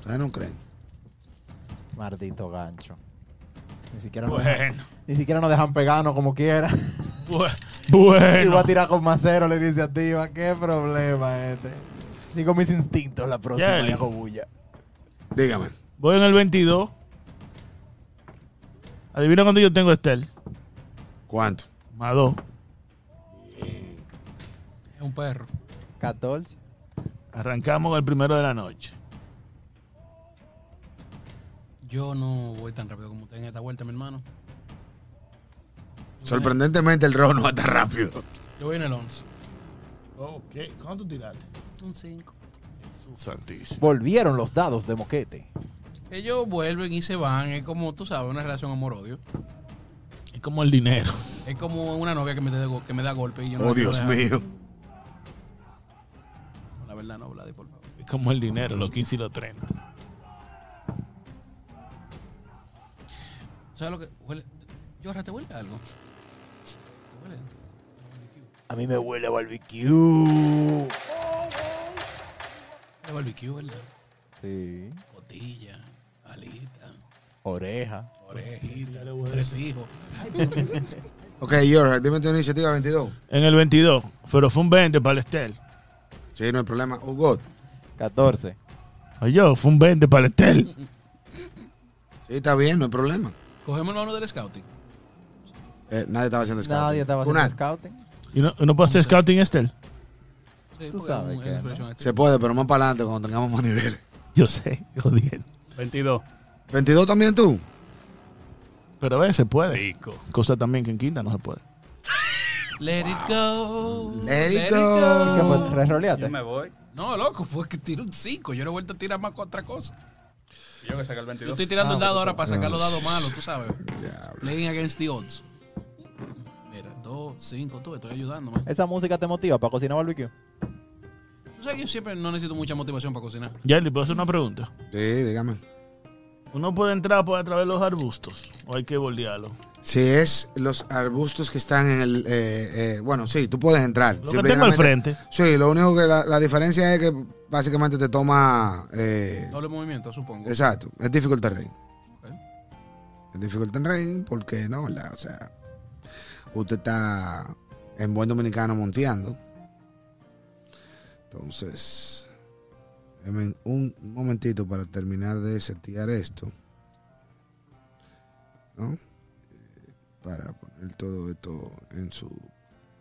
[SPEAKER 1] ¿Ustedes no creen?
[SPEAKER 3] Maldito gancho. Ni siquiera, nos dejan,
[SPEAKER 6] Bueno,
[SPEAKER 3] ni siquiera nos dejan pegarnos como quiera. (laughs)
[SPEAKER 6] bueno,
[SPEAKER 3] Y voy a
[SPEAKER 6] bueno.
[SPEAKER 3] tirar con más cero la iniciativa. Qué problema este. Sigo mis instintos la próxima
[SPEAKER 6] Yerly.
[SPEAKER 3] y hago bulla.
[SPEAKER 1] Dígame.
[SPEAKER 6] Voy en el 22. Adivina cuánto yo tengo Estel.
[SPEAKER 1] ¿Cuánto?
[SPEAKER 6] Más dos.
[SPEAKER 4] Es un perro.
[SPEAKER 3] 14.
[SPEAKER 6] Arrancamos con el primero de la noche.
[SPEAKER 4] Yo no voy tan rápido como usted en esta vuelta, mi hermano.
[SPEAKER 1] Sorprendentemente el rojo no va tan rápido.
[SPEAKER 4] Yo voy en el 11.
[SPEAKER 6] Ok, ¿cuánto tiraste?
[SPEAKER 4] Un 5.
[SPEAKER 6] Santísimo.
[SPEAKER 3] Volvieron los dados de moquete.
[SPEAKER 4] Ellos vuelven y se van. Es como, tú sabes, una relación amor-odio.
[SPEAKER 6] Es como el dinero.
[SPEAKER 4] Es como una novia que me, da go- que me da golpe y yo no
[SPEAKER 1] Oh,
[SPEAKER 4] la quiero
[SPEAKER 1] Dios
[SPEAKER 4] dejar.
[SPEAKER 1] mío.
[SPEAKER 4] La verdad, no, Vladi, por favor.
[SPEAKER 6] Es como el dinero, los 15 y los 30.
[SPEAKER 4] ¿Sabes lo que huele? Yo te huele algo. ¿Te huele?
[SPEAKER 3] A mí me huele a barbecue.
[SPEAKER 4] De barbecue, ¿verdad?
[SPEAKER 3] Sí.
[SPEAKER 4] Cotilla, alita,
[SPEAKER 3] Oreja.
[SPEAKER 4] orejita, tres hijos.
[SPEAKER 1] Ok, George, dime tu iniciativa 22.
[SPEAKER 6] En el 22. Pero fue un 20 para el Estel.
[SPEAKER 1] Sí, no hay problema. Oh, God.
[SPEAKER 3] 14.
[SPEAKER 6] Oye, fue un 20 para el Estel.
[SPEAKER 1] Sí, está bien, no hay problema.
[SPEAKER 4] Cogemos el mano del scouting.
[SPEAKER 1] Eh, nadie estaba haciendo scouting.
[SPEAKER 3] Nadie estaba haciendo
[SPEAKER 1] Una-
[SPEAKER 3] scouting.
[SPEAKER 6] ¿Y no, no puedo hacer scouting Estel?
[SPEAKER 4] Sí,
[SPEAKER 3] Tú
[SPEAKER 4] porque
[SPEAKER 3] sabes
[SPEAKER 4] es un-
[SPEAKER 3] que,
[SPEAKER 4] es
[SPEAKER 3] ¿no?
[SPEAKER 4] inspiración extra.
[SPEAKER 1] Se puede, pero más para adelante cuando tengamos más niveles.
[SPEAKER 6] Yo sé, (laughs) jodiendo.
[SPEAKER 5] 22.
[SPEAKER 1] 22 también tú.
[SPEAKER 6] Pero a ver, se puede.
[SPEAKER 5] Rico.
[SPEAKER 6] Cosa también que en quinta no se puede.
[SPEAKER 4] Let it go.
[SPEAKER 1] Let it go.
[SPEAKER 3] ¿Qué fue?
[SPEAKER 5] Yo
[SPEAKER 3] ¿Reroleaste?
[SPEAKER 5] me voy.
[SPEAKER 4] No, loco, fue que tiré un 5. Yo no he vuelto a tirar más con otra cosa.
[SPEAKER 5] Yo que saqué
[SPEAKER 4] Yo
[SPEAKER 5] el 22.
[SPEAKER 4] estoy tirando
[SPEAKER 3] Ah,
[SPEAKER 4] el dado
[SPEAKER 3] bueno,
[SPEAKER 4] ahora para sacar los dados malos, tú sabes.
[SPEAKER 1] Diablo.
[SPEAKER 4] Playing against the odds. Mira, 2, 5, tú, estoy ayudando, man.
[SPEAKER 3] ¿Esa música te motiva para cocinar barbecue?
[SPEAKER 4] Tú sabes que yo siempre no necesito mucha motivación para cocinar.
[SPEAKER 6] Yerly, ¿puedo hacer una pregunta?
[SPEAKER 1] Sí, dígame.
[SPEAKER 6] ¿Uno puede entrar por a través de los arbustos? ¿O hay que bordearlo?
[SPEAKER 1] Si es los arbustos que están en el... eh, eh, bueno, sí, tú puedes entrar.
[SPEAKER 6] Lo que
[SPEAKER 1] Simple y
[SPEAKER 6] tengo al
[SPEAKER 1] llanamente-
[SPEAKER 6] frente.
[SPEAKER 1] Sí, lo único que la, la diferencia es que básicamente te toma... eh,
[SPEAKER 4] Doble movimiento, supongo.
[SPEAKER 1] exacto, es difícil terreno.
[SPEAKER 4] Ok.
[SPEAKER 1] Es difícil terreno porque, no, ¿verdad? O sea, usted está en buen dominicano monteando. Entonces, denme un momentito para terminar de setear esto. ¿no? Eh, Para poner todo esto en su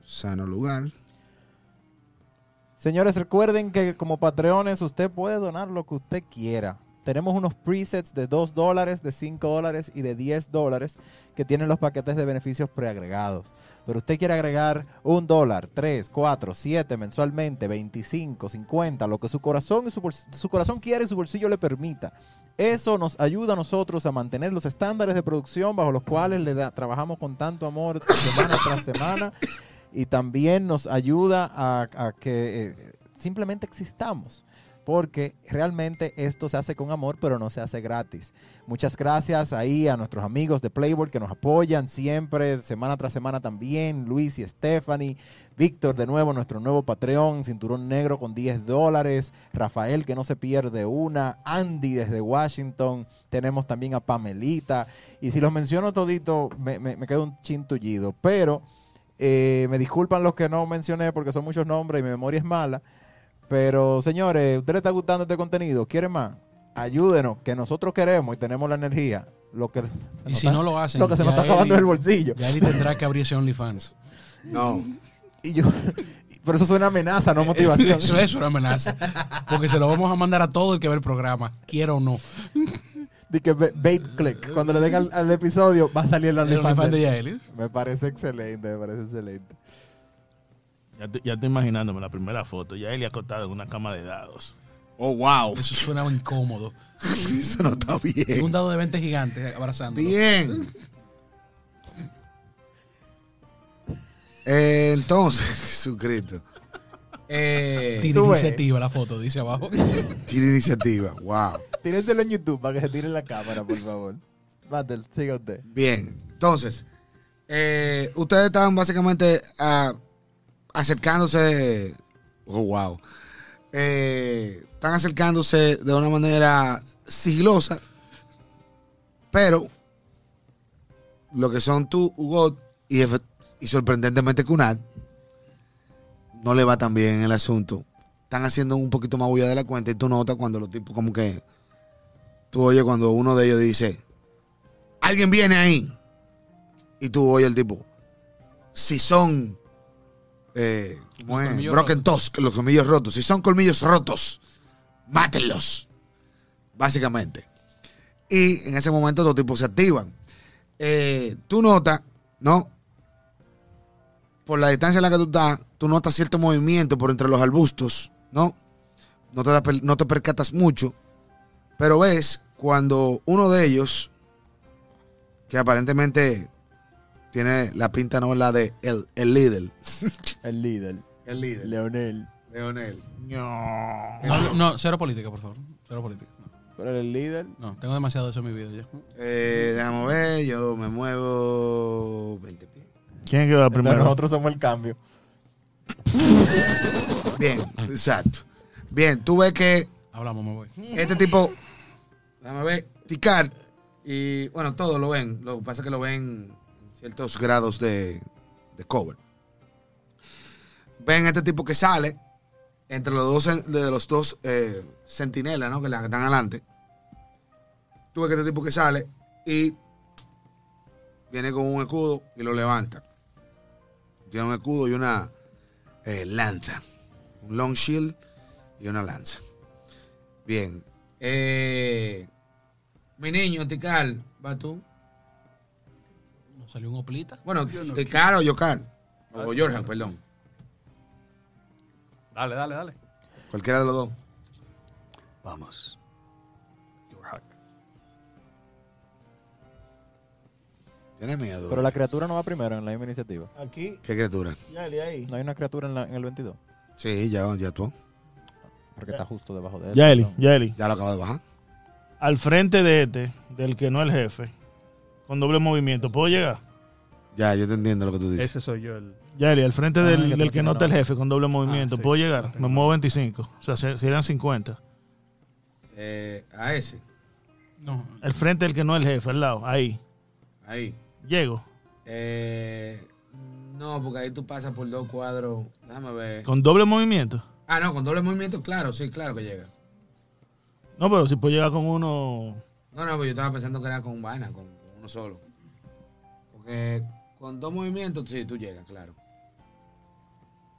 [SPEAKER 1] sano lugar.
[SPEAKER 3] Señores, recuerden que como patreones usted puede donar lo que usted quiera. Tenemos unos presets de 2 dólares, de 5 dólares y de 10 dólares que tienen los paquetes de beneficios preagregados. Pero usted quiere agregar un dólar, 3, 4, 7 mensualmente, 25, 50, lo que su corazón, y su, bols- su corazón quiere y su bolsillo le permita. Eso nos ayuda a nosotros a mantener los estándares de producción bajo los cuales le da- trabajamos con tanto amor semana tras semana y también nos ayuda a, a que eh, simplemente existamos. Porque realmente esto se hace con amor, pero no se hace gratis. Muchas gracias ahí a nuestros amigos de Playboy que nos apoyan siempre, semana tras semana también. Luis y Stephanie, Víctor de nuevo, nuestro nuevo Patreon, Cinturón Negro con 10 dólares. Rafael que no se pierde una. Andy desde Washington. Tenemos también a Pamelita. Y si los menciono todito, me, me, me quedo un chintullido. Pero eh, me disculpan los que no mencioné porque son muchos nombres y mi memoria es mala. Pero señores, ¿ustedes les está gustando este contenido? ¿Quieren más? Ayúdenos, que nosotros queremos y tenemos la energía. Lo que se
[SPEAKER 4] Y
[SPEAKER 3] nos
[SPEAKER 4] si
[SPEAKER 3] está-
[SPEAKER 4] no lo hacen,
[SPEAKER 3] lo que se nos
[SPEAKER 4] ya
[SPEAKER 3] está acabando
[SPEAKER 4] Eli-
[SPEAKER 3] es el bolsillo.
[SPEAKER 4] Ya Eli tendrá que abrirse OnlyFans.
[SPEAKER 1] No.
[SPEAKER 3] Y yo, (laughs) pero eso suena a amenaza, no (laughs) (laughs) motivación.
[SPEAKER 4] Eso es una amenaza. Porque se lo vamos a mandar a todo el que ve el programa, quiero o no.
[SPEAKER 3] De que ba- bait click. Cuando le den al, al episodio, va a salir el
[SPEAKER 4] El
[SPEAKER 3] OnlyFans.
[SPEAKER 4] OnlyFans
[SPEAKER 3] de-
[SPEAKER 4] de Yaeli.
[SPEAKER 3] Me parece excelente, me parece excelente.
[SPEAKER 6] Ya, te- ya estoy imaginándome la primera foto. Ya él acostado en una cama de dados.
[SPEAKER 1] Oh, wow. (laughs)
[SPEAKER 4] Eso suena incómodo.
[SPEAKER 1] Eso no está bien.
[SPEAKER 4] Un dado de 20 gigante abrazándolo.
[SPEAKER 1] Bien. Eh, entonces, (laughs) Jesucristo. Eh,
[SPEAKER 4] Tiene
[SPEAKER 3] Tú ves.
[SPEAKER 4] iniciativa la foto, dice abajo.
[SPEAKER 1] tiene iniciativa. Wow.
[SPEAKER 3] Tírenselo en YouTube para que se tire la cámara, por favor. Matel, siga usted.
[SPEAKER 1] Bien. Entonces, eh, ustedes estaban básicamente ah, acercándose. Oh, wow. Eh, están acercándose de una manera sigilosa. Pero lo que son tú, Hugo, y, efe- y sorprendentemente Kunal, no le va tan bien el asunto. Están haciendo un poquito más bulla de la cuenta y tú notas cuando los tipos como que... Tú oyes cuando uno de ellos dice, alguien viene ahí. Y tú oyes el tipo, si son... Eh, ¿cómo
[SPEAKER 4] Los
[SPEAKER 1] es?
[SPEAKER 4] colmillos
[SPEAKER 1] Broken Tusk, los colmillos rotos. Si son colmillos rotos, mátenlos. Básicamente. Y en ese momento los tipos se activan. Eh, tú notas, ¿no? Por la distancia en la que tú estás, tú notas cierto movimiento por entre los arbustos, ¿no? No te, da per- no te percatas mucho, pero ves cuando uno de ellos, que aparentemente tiene la pinta, ¿no? La de el, el líder.
[SPEAKER 3] El líder,
[SPEAKER 1] El líder.
[SPEAKER 3] Leonel.
[SPEAKER 1] Leonel.
[SPEAKER 4] No, (laughs) no, cero política, por favor. Cero política.
[SPEAKER 3] Pero el líder.
[SPEAKER 4] No, tengo demasiado eso en mi vida ya.
[SPEAKER 1] Eh, déjame ver, yo me muevo 20 pies.
[SPEAKER 6] ¿Quién es que va
[SPEAKER 3] Entonces
[SPEAKER 6] primero?
[SPEAKER 3] nosotros somos el cambio.
[SPEAKER 1] Bien, exacto. Bien, tú ves que
[SPEAKER 4] Hablamos, me voy.
[SPEAKER 1] Este tipo, déjame ver, Ticar, y bueno, todos lo ven. Lo que pasa es que lo ven en ciertos grados de, de cover. Ven a este tipo que sale entre los dos, en- de los dos eh, sentinelas, ¿no? Que la- que están adelante. Tú ves que este tipo que sale y viene con un escudo y lo levanta. Tiene un escudo y una eh, lanza. Un long shield y una lanza. Bien. Eh, mi niño, Tical, ¿va tú?
[SPEAKER 4] Nos Salió un oplita.
[SPEAKER 1] Bueno, Tical o Yocal. O Jorjan, perdón.
[SPEAKER 5] Dale, dale, dale.
[SPEAKER 1] Cualquiera de los dos.
[SPEAKER 5] Vamos. Your heart.
[SPEAKER 1] Tiene miedo.
[SPEAKER 3] Pero la criatura no va primero en la misma iniciativa.
[SPEAKER 6] Aquí,
[SPEAKER 1] ¿Qué criatura?
[SPEAKER 6] dale ahí.
[SPEAKER 3] No hay una criatura en, la- en el 22.
[SPEAKER 1] Sí, ya, ya tú.
[SPEAKER 3] Porque está justo debajo de él.
[SPEAKER 6] Yaeli,
[SPEAKER 3] perdón.
[SPEAKER 6] Yaeli.
[SPEAKER 1] Ya lo acabo de bajar.
[SPEAKER 6] Al frente de este, del que no es el jefe, con doble movimiento, ¿puedo llegar?
[SPEAKER 1] Ya, yo te entiendo lo que tú dices.
[SPEAKER 5] Ese soy yo. El...
[SPEAKER 6] Yaeli, al frente del,
[SPEAKER 3] Ah, que tú
[SPEAKER 6] del
[SPEAKER 3] lo
[SPEAKER 6] que no
[SPEAKER 3] tienes
[SPEAKER 6] está el jefe, con doble movimiento,
[SPEAKER 5] sí.
[SPEAKER 6] ¿puedo llegar? Me muevo 25, o sea, se- serían 50.
[SPEAKER 1] Eh, a ese.
[SPEAKER 4] No.
[SPEAKER 6] Al frente del que no es el jefe, al lado, ahí.
[SPEAKER 1] Ahí.
[SPEAKER 6] Llego,
[SPEAKER 1] Eh, no, porque ahí tú pasas por dos cuadros. Déjame ver.
[SPEAKER 6] con doble movimiento.
[SPEAKER 1] Ah, no, con doble movimiento, claro, sí, claro que llega.
[SPEAKER 6] No, pero si puedo llegar con uno...
[SPEAKER 1] No, no, pues yo estaba pensando que era con vaina, con, con uno solo. Porque con dos movimientos, sí, tú llegas, claro.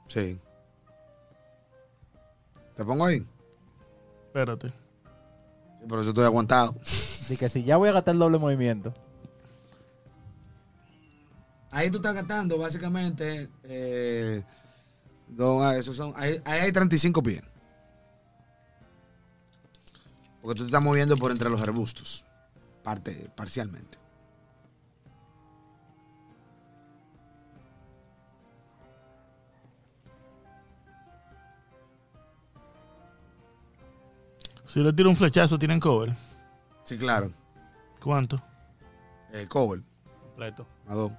[SPEAKER 1] Sí. ¿Te pongo ahí? Sí,
[SPEAKER 6] Espérate.
[SPEAKER 1] por eso estoy aguantado.
[SPEAKER 3] Así que si ya voy a gastar el doble movimiento.
[SPEAKER 1] Ahí tú estás gastando, básicamente, eh, dos, ah, esos son, ahí, ahí hay 35 pies. Porque tú te estás moviendo por entre los arbustos, parte, parcialmente.
[SPEAKER 6] Si le tiro un flechazo, tienen cover.
[SPEAKER 1] Sí, claro.
[SPEAKER 6] ¿Cuánto?
[SPEAKER 1] Eh, cover,
[SPEAKER 5] Completo.
[SPEAKER 1] a dos.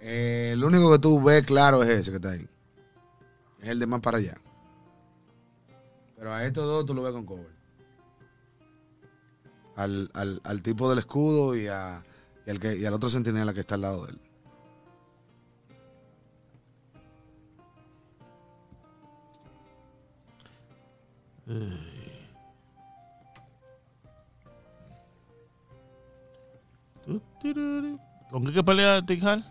[SPEAKER 1] Eh, el único que tú ves claro es ese que está ahí. Es el de más para allá. Pero a estos dos tú lo ves con cover. Al, al- al tipo del escudo y, a- y al, que, y al otro centinela que está al lado de él.
[SPEAKER 6] Tu, tiruri. ¿Con qué que pelea Tijal?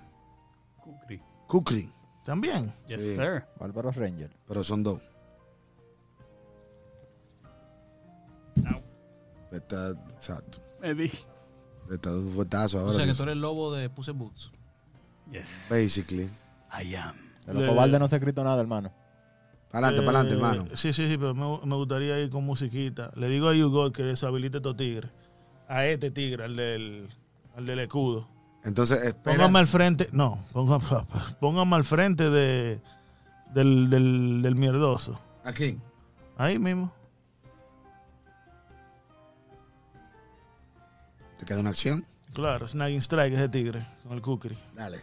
[SPEAKER 5] Kukri.
[SPEAKER 1] Kukri,
[SPEAKER 6] También.
[SPEAKER 5] Yes,
[SPEAKER 1] Sí.
[SPEAKER 5] sir.
[SPEAKER 3] Bárbaro Ranger.
[SPEAKER 1] pero son dos. Está, exacto.
[SPEAKER 5] Me di.
[SPEAKER 1] Le está dando un fuetazo
[SPEAKER 4] O
[SPEAKER 1] ahora.
[SPEAKER 4] sea que tú eres el lobo de Puse Boots.
[SPEAKER 5] Yes.
[SPEAKER 1] Basically.
[SPEAKER 5] I am.
[SPEAKER 3] De lo
[SPEAKER 6] Le-
[SPEAKER 3] cobarde no se ha escrito nada, hermano.
[SPEAKER 1] Para adelante, para adelante,
[SPEAKER 6] Eh,
[SPEAKER 1] hermano.
[SPEAKER 6] Sí, sí, sí, pero me, me gustaría ir con musiquita. Le digo a Hugo que deshabilite estos tigres. A este tigre, al del, al del escudo.
[SPEAKER 1] Entonces, espera.
[SPEAKER 6] Póngame al frente. No, ponga- (laughs) póngame al frente de, del, del, del mierdoso.
[SPEAKER 1] Aquí.
[SPEAKER 6] Ahí mismo.
[SPEAKER 1] ¿Te queda una acción?
[SPEAKER 6] Claro, Snagging Strike, ese tigre, con el Kukri.
[SPEAKER 1] Dale.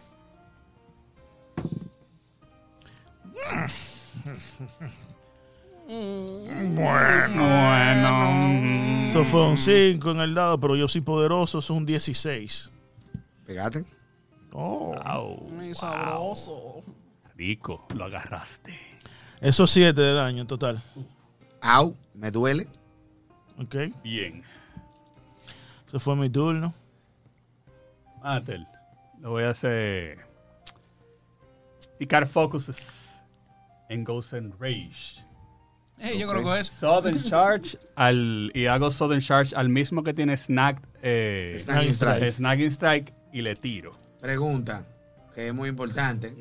[SPEAKER 6] Eso fue
[SPEAKER 1] Mm.
[SPEAKER 6] un 5 en el dado, pero yo soy poderoso, eso es un 16.
[SPEAKER 1] Pegate.
[SPEAKER 6] Oh.
[SPEAKER 4] Muy sabroso.
[SPEAKER 5] Rico, lo agarraste.
[SPEAKER 6] Eso es 7 de daño en total.
[SPEAKER 1] Au. Me duele.
[SPEAKER 6] Ok.
[SPEAKER 5] Bien.
[SPEAKER 6] Eso fue mi turno.
[SPEAKER 5] Atel, lo voy a hacer. Picar focuses en Ghost and Rage.
[SPEAKER 4] Eh, yo
[SPEAKER 1] Ok.
[SPEAKER 4] creo que es.
[SPEAKER 5] Southern Charge al, y hago Southern Charge al mismo que tiene Snag, eh,
[SPEAKER 1] Snagging Strike.
[SPEAKER 5] Snagging Strike y le tiro.
[SPEAKER 1] Pregunta, que es muy importante.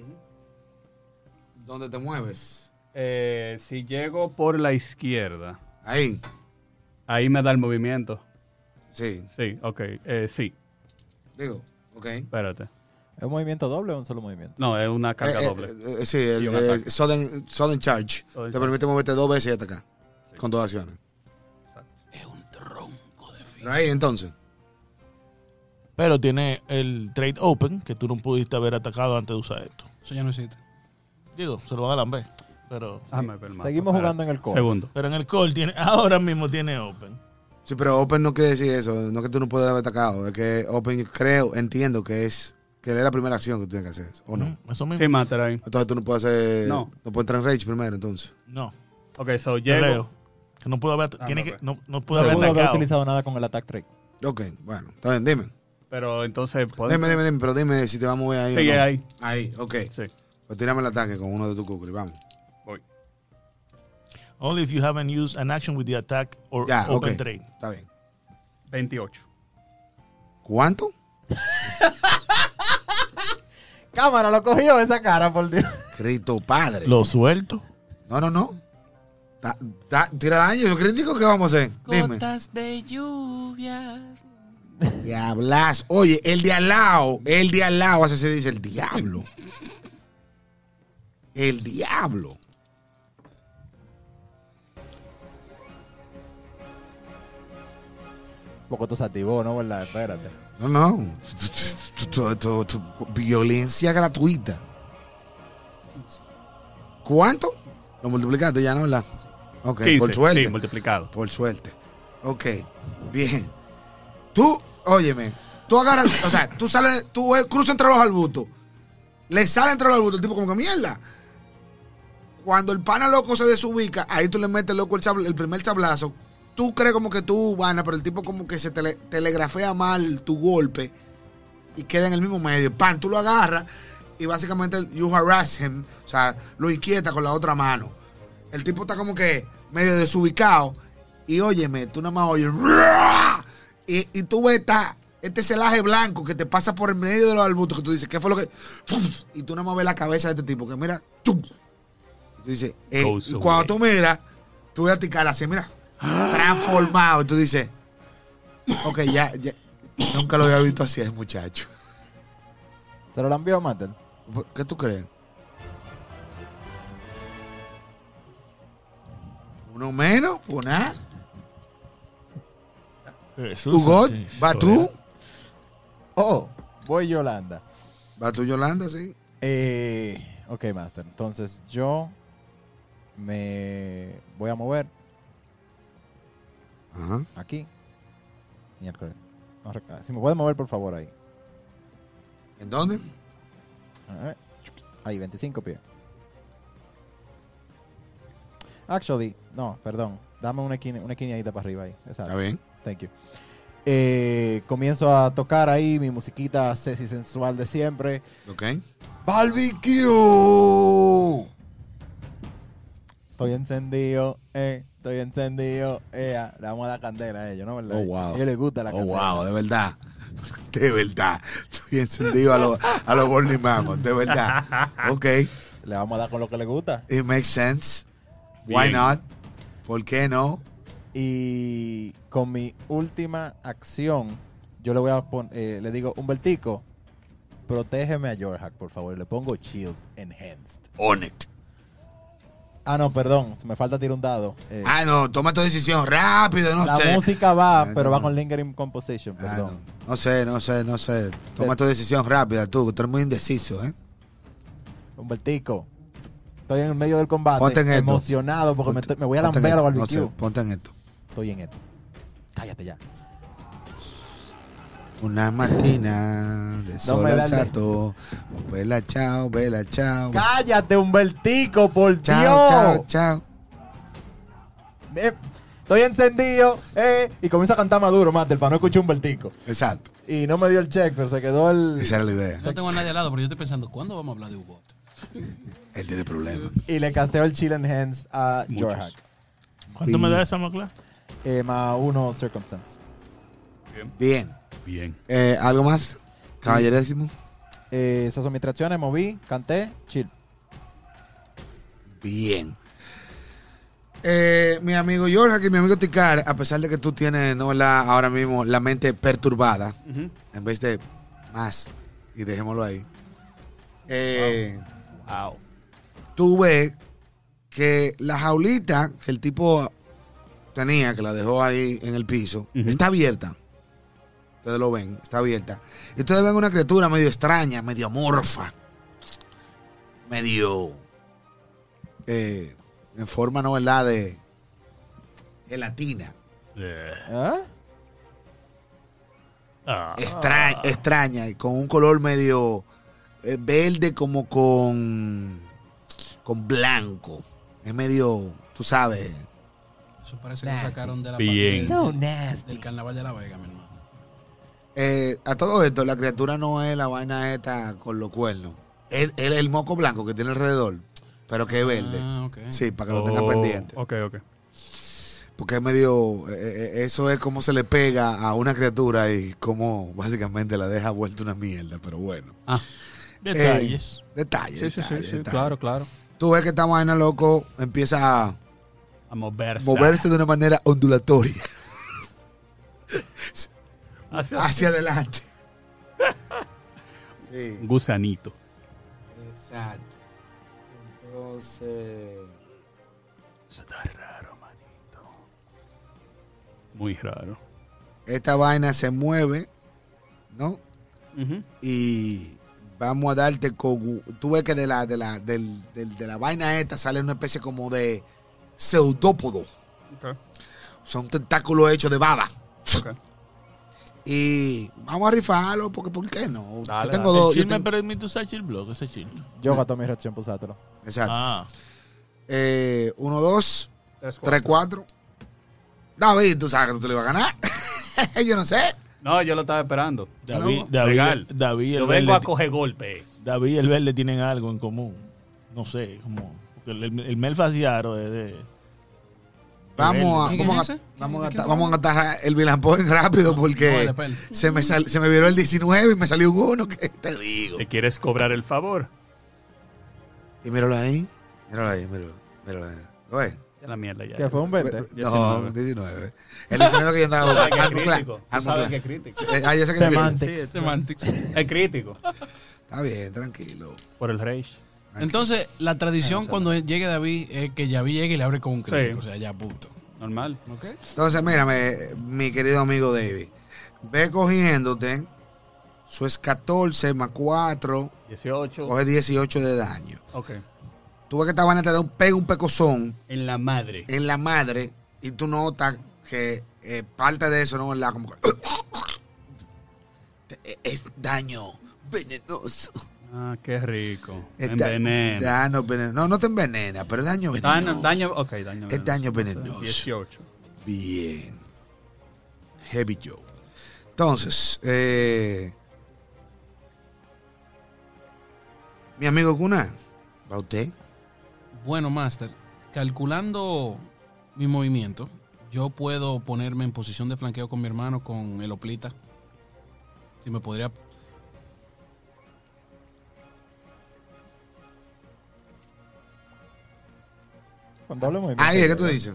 [SPEAKER 1] ¿Dónde te mueves?
[SPEAKER 5] Eh, si llego por la izquierda,
[SPEAKER 1] Ahí.
[SPEAKER 5] ahí me da el movimiento.
[SPEAKER 1] Sí.
[SPEAKER 5] Sí, ok, eh, sí,
[SPEAKER 1] Digo, ok.
[SPEAKER 5] espérate.
[SPEAKER 3] ¿Es un movimiento doble o un solo movimiento?
[SPEAKER 5] No, es una carga
[SPEAKER 1] Eh, eh,
[SPEAKER 5] doble.
[SPEAKER 1] eh, sí, el
[SPEAKER 5] Y un
[SPEAKER 1] eh,
[SPEAKER 5] ataque.
[SPEAKER 1] sudden, sudden Charge.
[SPEAKER 5] Sudden
[SPEAKER 1] te
[SPEAKER 5] charge.
[SPEAKER 1] permite moverte dos veces y atacar. Con dos acciones.
[SPEAKER 5] Exacto.
[SPEAKER 4] Es un tronco de fe.
[SPEAKER 1] Pero ahí entonces.
[SPEAKER 6] Pero tiene el trade open, que tú no pudiste haber atacado antes de usar esto.
[SPEAKER 4] Eso ya no existe.
[SPEAKER 6] Digo, se lo va a lamber. Pero,
[SPEAKER 5] Déjame ver el mapa,
[SPEAKER 3] Seguimos jugando en el core.
[SPEAKER 5] Segundo.
[SPEAKER 6] pero en el call tiene, (laughs) ahora mismo tiene open.
[SPEAKER 1] Sí, pero Open no quiere decir eso. No que tú no puedes haber atacado. Es que Open, creo, entiendo que es que es la primera acción que tú tienes que hacer. ¿O no?
[SPEAKER 6] Mm, Eso mismo.
[SPEAKER 5] Sí, Mater ahí.
[SPEAKER 1] Entonces tú no puedes hacer.
[SPEAKER 5] No.
[SPEAKER 1] No puedes entrar en Rage primero, entonces.
[SPEAKER 6] No,
[SPEAKER 5] Ok, so
[SPEAKER 6] te
[SPEAKER 5] llego.
[SPEAKER 6] leo. Que no pudo haber,
[SPEAKER 5] Ah,
[SPEAKER 6] tiene
[SPEAKER 5] no,
[SPEAKER 6] que,
[SPEAKER 5] pues.
[SPEAKER 6] no, no pudo
[SPEAKER 3] No
[SPEAKER 6] haber
[SPEAKER 3] pudo haber
[SPEAKER 6] atacado.
[SPEAKER 3] utilizado nada con el attack trick.
[SPEAKER 1] Ok, bueno. Está bien, dime.
[SPEAKER 5] Pero entonces. ¿puedo?
[SPEAKER 1] Dime, dime, dime. Pero dime si te va a mover ahí. o
[SPEAKER 5] Sigue
[SPEAKER 1] no.
[SPEAKER 5] ahí.
[SPEAKER 1] Ahí, ok.
[SPEAKER 5] Sí,
[SPEAKER 1] Pues tírame el ataque con uno de tus kukri, vamos.
[SPEAKER 5] voy.
[SPEAKER 6] Only if you haven't used an action with the attack or
[SPEAKER 1] Ya,
[SPEAKER 6] open
[SPEAKER 1] ok.
[SPEAKER 6] trade.
[SPEAKER 1] Está bien.
[SPEAKER 5] 28.
[SPEAKER 1] ¿Cuánto?
[SPEAKER 3] Cámara, lo cogió esa cara, por (laughs) Dios.
[SPEAKER 1] Cristo padre.
[SPEAKER 6] Lo suelto.
[SPEAKER 1] No, no, no. Da- da- tira daño, yo crítico, ¿qué vamos a hacer? Dime.
[SPEAKER 4] Gotas de lluvia.
[SPEAKER 1] Diablas. Oye, el de al lado, el de al lado, así se dice el diablo. El diablo.
[SPEAKER 3] Poco tú se activó, ¿no? ¿Verdad? Espérate.
[SPEAKER 1] No, no. Tu- tu- tu- tu- tu- Violencia gratuita. ¿Cuánto? Lo multiplicaste ya, ¿no? ¿Verdad? Ok,
[SPEAKER 5] 15.
[SPEAKER 1] por suerte.
[SPEAKER 5] Sí, multiplicado.
[SPEAKER 1] Por suerte. Ok, bien. Tú, óyeme, tú agarras, o sea, tú sales, tú eh, cruzas entre los arbustos. Le sale entre los arbustos, el tipo como que mierda. Cuando el pana loco se desubica, ahí tú le metes loco el, chabl- el primer chablazo. Tú crees como que tú vanas, pero el tipo como que se tele- telegrafea mal tu golpe y queda en el mismo medio. Pan, tú lo agarras y básicamente you harass him, o sea, lo inquieta con la otra mano. El tipo está como que medio desubicado. Y óyeme, tú nada más oyes. "Ruah". Y, y tú ves esta- este celaje blanco que te pasa por el medio de los arbustos. Que tú dices, ¿qué fue lo que.? Y tú nada más ves la cabeza de este tipo. Que mira. ¡chum! Y tú dices, "Ey".
[SPEAKER 5] Goes
[SPEAKER 1] Y cuando tú
[SPEAKER 5] away.
[SPEAKER 1] miras, tú ves a ti cara así, mira. Transformado. Y tú dices, Ok, ya. ya. Nunca lo había visto así, ese muchacho.
[SPEAKER 3] ¿Se lo la envió a Mater?
[SPEAKER 1] ¿Qué tú crees? Uno menos, pues nada.
[SPEAKER 6] Jesús,
[SPEAKER 1] Tu God,
[SPEAKER 6] sí,
[SPEAKER 1] va tú.
[SPEAKER 3] Oh, voy Yolanda.
[SPEAKER 1] Va tú, Yolanda, sí.
[SPEAKER 3] Eh, ok, Master. Entonces yo me voy a mover
[SPEAKER 1] Ajá.
[SPEAKER 3] aquí. Miércoles. No rec- ah, si me puede mover, por favor, ahí.
[SPEAKER 1] ¿En dónde?
[SPEAKER 3] A ver. Ahí, 25 pies. Actually, no, perdón. Dame una esquina, una esquinadita para arriba ahí. Exacto.
[SPEAKER 1] Está bien.
[SPEAKER 3] Thank you. Eh, comienzo a tocar ahí mi musiquita sexy sensual de siempre.
[SPEAKER 1] Ok. Oh,
[SPEAKER 3] ¡Barbecue! Estoy encendido, eh, estoy encendido. Eh, le damos a la candela a ellos, ¿no? ¿Verdad?
[SPEAKER 1] Oh, wow.
[SPEAKER 3] A ellos les gusta la
[SPEAKER 1] oh,
[SPEAKER 3] candela.
[SPEAKER 1] wow, de verdad. (laughs) De verdad. Estoy encendido a los a los Burning Mammoth. De verdad. Ok.
[SPEAKER 3] Le vamos a dar con lo que le gusta.
[SPEAKER 1] It makes sense. Why
[SPEAKER 5] Bien.
[SPEAKER 1] not? ¿Por qué no?
[SPEAKER 3] Y con mi última acción, yo le voy a poner, le digo, Humbertico, protégeme a Jorhack, por favor. Le pongo Shield Enhanced.
[SPEAKER 1] On it.
[SPEAKER 3] Ah, no, perdón, me falta tirar un dado. Eh,
[SPEAKER 1] Ah, no, toma tu decisión rápido, no
[SPEAKER 3] la
[SPEAKER 1] sé.
[SPEAKER 3] música va,
[SPEAKER 1] Ah,
[SPEAKER 3] pero va
[SPEAKER 1] no.
[SPEAKER 3] con Lingering Composition,
[SPEAKER 1] Ah,
[SPEAKER 3] perdón. Eh,
[SPEAKER 1] no. no sé, no sé, no sé. Toma tu decisión rápida, tú, que tú eres muy indeciso, ¿eh?
[SPEAKER 3] Humbertico, estoy en el medio del combate,
[SPEAKER 1] Ponte en esto.
[SPEAKER 3] emocionado porque me,
[SPEAKER 1] Ponte-
[SPEAKER 3] estoy- me voy a
[SPEAKER 1] ponte en
[SPEAKER 3] lamber al
[SPEAKER 1] esto,
[SPEAKER 3] barbecue.
[SPEAKER 1] No sé, ponte en esto.
[SPEAKER 3] Estoy en esto. Cállate ya.
[SPEAKER 1] Una matina de sol
[SPEAKER 3] me
[SPEAKER 1] al
[SPEAKER 3] la le-
[SPEAKER 1] sato. Vela, chao, vela, chao.
[SPEAKER 3] Cállate, Humbertico, por
[SPEAKER 1] Chao,
[SPEAKER 3] Dios.
[SPEAKER 1] chao, chao.
[SPEAKER 3] Eh, estoy encendido. eh, y comienza a cantar Maduro, Mate, para no escuchar Humbertico.
[SPEAKER 1] Exacto.
[SPEAKER 3] Y no me dio el check, pero se quedó el.
[SPEAKER 1] Esa era la idea.
[SPEAKER 4] No tengo a nadie al lado, pero yo estoy pensando, ¿cuándo vamos a hablar de Hugo?
[SPEAKER 1] Él tiene problemas.
[SPEAKER 3] Y le casteó el Chill Hands a
[SPEAKER 5] Muchos.
[SPEAKER 3] Jorhack.
[SPEAKER 6] ¿Cuánto me da esa macla?
[SPEAKER 3] Eh, más uno circumstance.
[SPEAKER 1] Bien.
[SPEAKER 5] Bien.
[SPEAKER 1] Eh, ¿Algo más? Caballerésimo.
[SPEAKER 3] Eh, esas son mis tracciones, moví, canté, chill.
[SPEAKER 1] Bien. Eh, mi amigo Jorge y mi amigo Ticar, a pesar de que tú tienes ¿no, verdad? ahora mismo la mente perturbada,
[SPEAKER 5] Ujú.
[SPEAKER 1] en vez de más, y dejémoslo ahí, eh,
[SPEAKER 5] Wow.
[SPEAKER 1] tú ves que la jaulita que el tipo tenía, que la dejó ahí en el piso,
[SPEAKER 5] Ujú.
[SPEAKER 1] está abierta. Ustedes lo ven, está abierta. Y ustedes ven una criatura medio extraña, medio amorfa, medio eh, en forma, ¿no? ¿Verdad? De gelatina.
[SPEAKER 5] Eh,
[SPEAKER 3] ¿Ah?
[SPEAKER 6] Ah,
[SPEAKER 1] Extra- Extraña y con un color medio eh, verde como con, con blanco. Es medio, tú sabes,
[SPEAKER 4] Eso parece que lo
[SPEAKER 1] Nasty.
[SPEAKER 4] sacaron de la
[SPEAKER 5] Bien.
[SPEAKER 4] parte
[SPEAKER 3] So
[SPEAKER 4] del, del
[SPEAKER 3] nasty.
[SPEAKER 4] carnaval de la Vega, mi hermano.
[SPEAKER 1] Eh, a todo esto, la criatura no es la vaina esta con los cuernos. Él es el moco blanco que tiene alrededor, pero que es verde.
[SPEAKER 4] Ah, ok.
[SPEAKER 1] Sí, para que lo
[SPEAKER 5] oh,
[SPEAKER 1] tengan pendiente.
[SPEAKER 5] Ok, ok.
[SPEAKER 1] Porque es medio. eh, eh, eso es como se le pega a una criatura y como básicamente la deja vuelta una mierda, pero bueno. Eh,
[SPEAKER 6] detalles.
[SPEAKER 1] Detalles.
[SPEAKER 5] Sí, sí, sí,
[SPEAKER 1] detalles,
[SPEAKER 5] sí,
[SPEAKER 1] detalles.
[SPEAKER 5] claro, claro.
[SPEAKER 1] Tú ves que esta vaina, loco, empieza a
[SPEAKER 5] A moverse.
[SPEAKER 1] moverse de una manera ondulatoria (laughs)
[SPEAKER 5] Hacia-
[SPEAKER 1] hacia
[SPEAKER 5] (laughs)
[SPEAKER 1] adelante. Sí.
[SPEAKER 5] Gusanito.
[SPEAKER 1] Exacto. Entonces.
[SPEAKER 5] Eso está raro, manito. Muy raro.
[SPEAKER 1] Esta vaina se mueve, ¿no? Y vamos a darte con. Tú ves que de la, de la, del- del- de la vaina esta sale una especie como de pseudópodo.
[SPEAKER 5] Ok,
[SPEAKER 1] Son tentáculos hechos de baba.
[SPEAKER 5] ok.
[SPEAKER 1] Y vamos a rifarlo, porque ¿por qué no?
[SPEAKER 5] Dale,
[SPEAKER 1] yo tengo
[SPEAKER 5] dale.
[SPEAKER 1] dos.
[SPEAKER 6] Chill
[SPEAKER 1] yo
[SPEAKER 6] me
[SPEAKER 1] tengo-
[SPEAKER 6] permite usar chill block, ese chill.
[SPEAKER 3] Yo gato mi reacción, pusátelo.
[SPEAKER 1] Exacto.
[SPEAKER 6] Ah,
[SPEAKER 1] Eh, uno, dos,
[SPEAKER 5] Tres, cuatro.
[SPEAKER 1] tres, cuatro. David, tú sabes que tú te lo ibas a ganar. (laughs) yo no sé.
[SPEAKER 5] No, yo lo estaba esperando.
[SPEAKER 6] David,
[SPEAKER 1] No,
[SPEAKER 6] David,
[SPEAKER 5] legal.
[SPEAKER 6] David, el
[SPEAKER 5] Yo vengo
[SPEAKER 6] verde,
[SPEAKER 5] a coger golpe.
[SPEAKER 6] David y el verde tienen algo en común. No sé, como. porque el, el, el Mel Faciaro es de.
[SPEAKER 1] Vamos a,
[SPEAKER 4] ¿Quién
[SPEAKER 1] vamos,
[SPEAKER 4] es
[SPEAKER 1] a,
[SPEAKER 4] ese?
[SPEAKER 1] vamos, a,
[SPEAKER 4] ¿Quién-
[SPEAKER 1] gastar-
[SPEAKER 4] quién
[SPEAKER 1] vamos a gastar el Villampón rápido
[SPEAKER 4] No,
[SPEAKER 1] porque
[SPEAKER 4] de pel.
[SPEAKER 1] se me, sal- se me viró el 19 y me salió un uno que te digo.
[SPEAKER 5] ¿Te quieres cobrar el favor?
[SPEAKER 1] Y míralo ahí, míralo ahí, míralo, míralo ahí. ¿Lo ves?
[SPEAKER 5] Ya la mierda ya.
[SPEAKER 3] Que fue un 20.
[SPEAKER 1] Pues, No, 19. El 19 que yo andaba
[SPEAKER 5] Tú sabes
[SPEAKER 1] buscando.
[SPEAKER 5] que es crítico.
[SPEAKER 1] Almocla-
[SPEAKER 5] Tú sabes que
[SPEAKER 1] Almocla.
[SPEAKER 5] es crítico.
[SPEAKER 1] Eh, Ah, yo sé que es crítico.
[SPEAKER 3] Semantics.
[SPEAKER 5] Sí, este
[SPEAKER 4] Semantics.
[SPEAKER 5] Es crítico.
[SPEAKER 1] Está bien, tranquilo.
[SPEAKER 5] Por el rage.
[SPEAKER 4] Entonces, la tradición cuando llegue David es que Yavi llegue y le abre con un crédito.
[SPEAKER 5] Sí.
[SPEAKER 4] O sea, ya punto.
[SPEAKER 5] Normal.
[SPEAKER 4] ¿Ok?
[SPEAKER 1] Entonces, mírame, mi querido amigo David. Ve cogiéndote. Eso es 14 más 4.
[SPEAKER 5] 18.
[SPEAKER 1] Coge 18 de daño.
[SPEAKER 5] Ok.
[SPEAKER 1] Tú ves que esta vaina te da un pego, un pecozón.
[SPEAKER 5] En la madre.
[SPEAKER 1] en la madre y tú notas que eh, parte de eso, ¿no? La, como que- (coughs) Te- es daño venenoso.
[SPEAKER 5] Ah, qué rico.
[SPEAKER 1] Es da-
[SPEAKER 5] Envenena.
[SPEAKER 1] daño veneno- No, no te envenena, pero es daño venenoso.
[SPEAKER 5] Daño, daño. Ok, daño.
[SPEAKER 1] Es daño venenoso.
[SPEAKER 5] 18.
[SPEAKER 1] Bien. Heavy Joe. Entonces, eh, mi amigo Kuna, ¿va usted?
[SPEAKER 4] Bueno, Master, calculando mi movimiento, yo puedo ponerme en posición de flanqueo con mi hermano con el Oplita. Si me podría.
[SPEAKER 3] Cuando hablemos. ahí me
[SPEAKER 1] Ahí es que
[SPEAKER 3] quedo.
[SPEAKER 1] tú dices.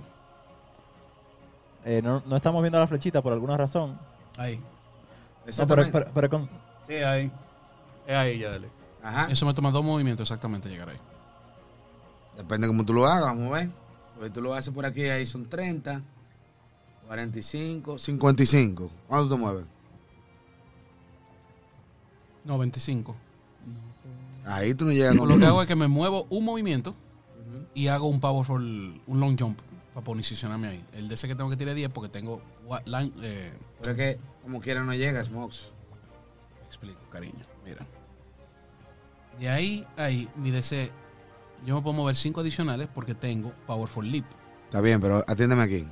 [SPEAKER 3] Eh, no, no estamos viendo la flechita por alguna razón.
[SPEAKER 4] Ahí.
[SPEAKER 3] No, pero,
[SPEAKER 1] Exactamente.
[SPEAKER 3] pero- pero con-
[SPEAKER 5] Sí, ahí. Es ahí, ya dale.
[SPEAKER 1] Ajá.
[SPEAKER 4] Eso me toma dos movimientos exactamente llegar ahí.
[SPEAKER 1] Depende cómo tú lo hagas, vamos a ver. Porque tú lo haces por aquí, ahí son 30, 45, 55. ¿Cuánto te mueves?
[SPEAKER 4] No, 25.
[SPEAKER 1] Ahí tú no llegas con
[SPEAKER 4] Lo que hago es que me muevo un movimiento y hago un powerful, un long jump para posicionarme ahí. El de ese que tengo que tirar 10 porque tengo wa- line, eh,
[SPEAKER 1] (clears throat) Pero es que como quiera no llegas, Mox.
[SPEAKER 4] explico, cariño. Mira. De ahí a ahí, mi DC, yo me puedo mover 5 adicionales porque tengo Powerful Leap.
[SPEAKER 1] Está bien, pero atiéndeme aquí.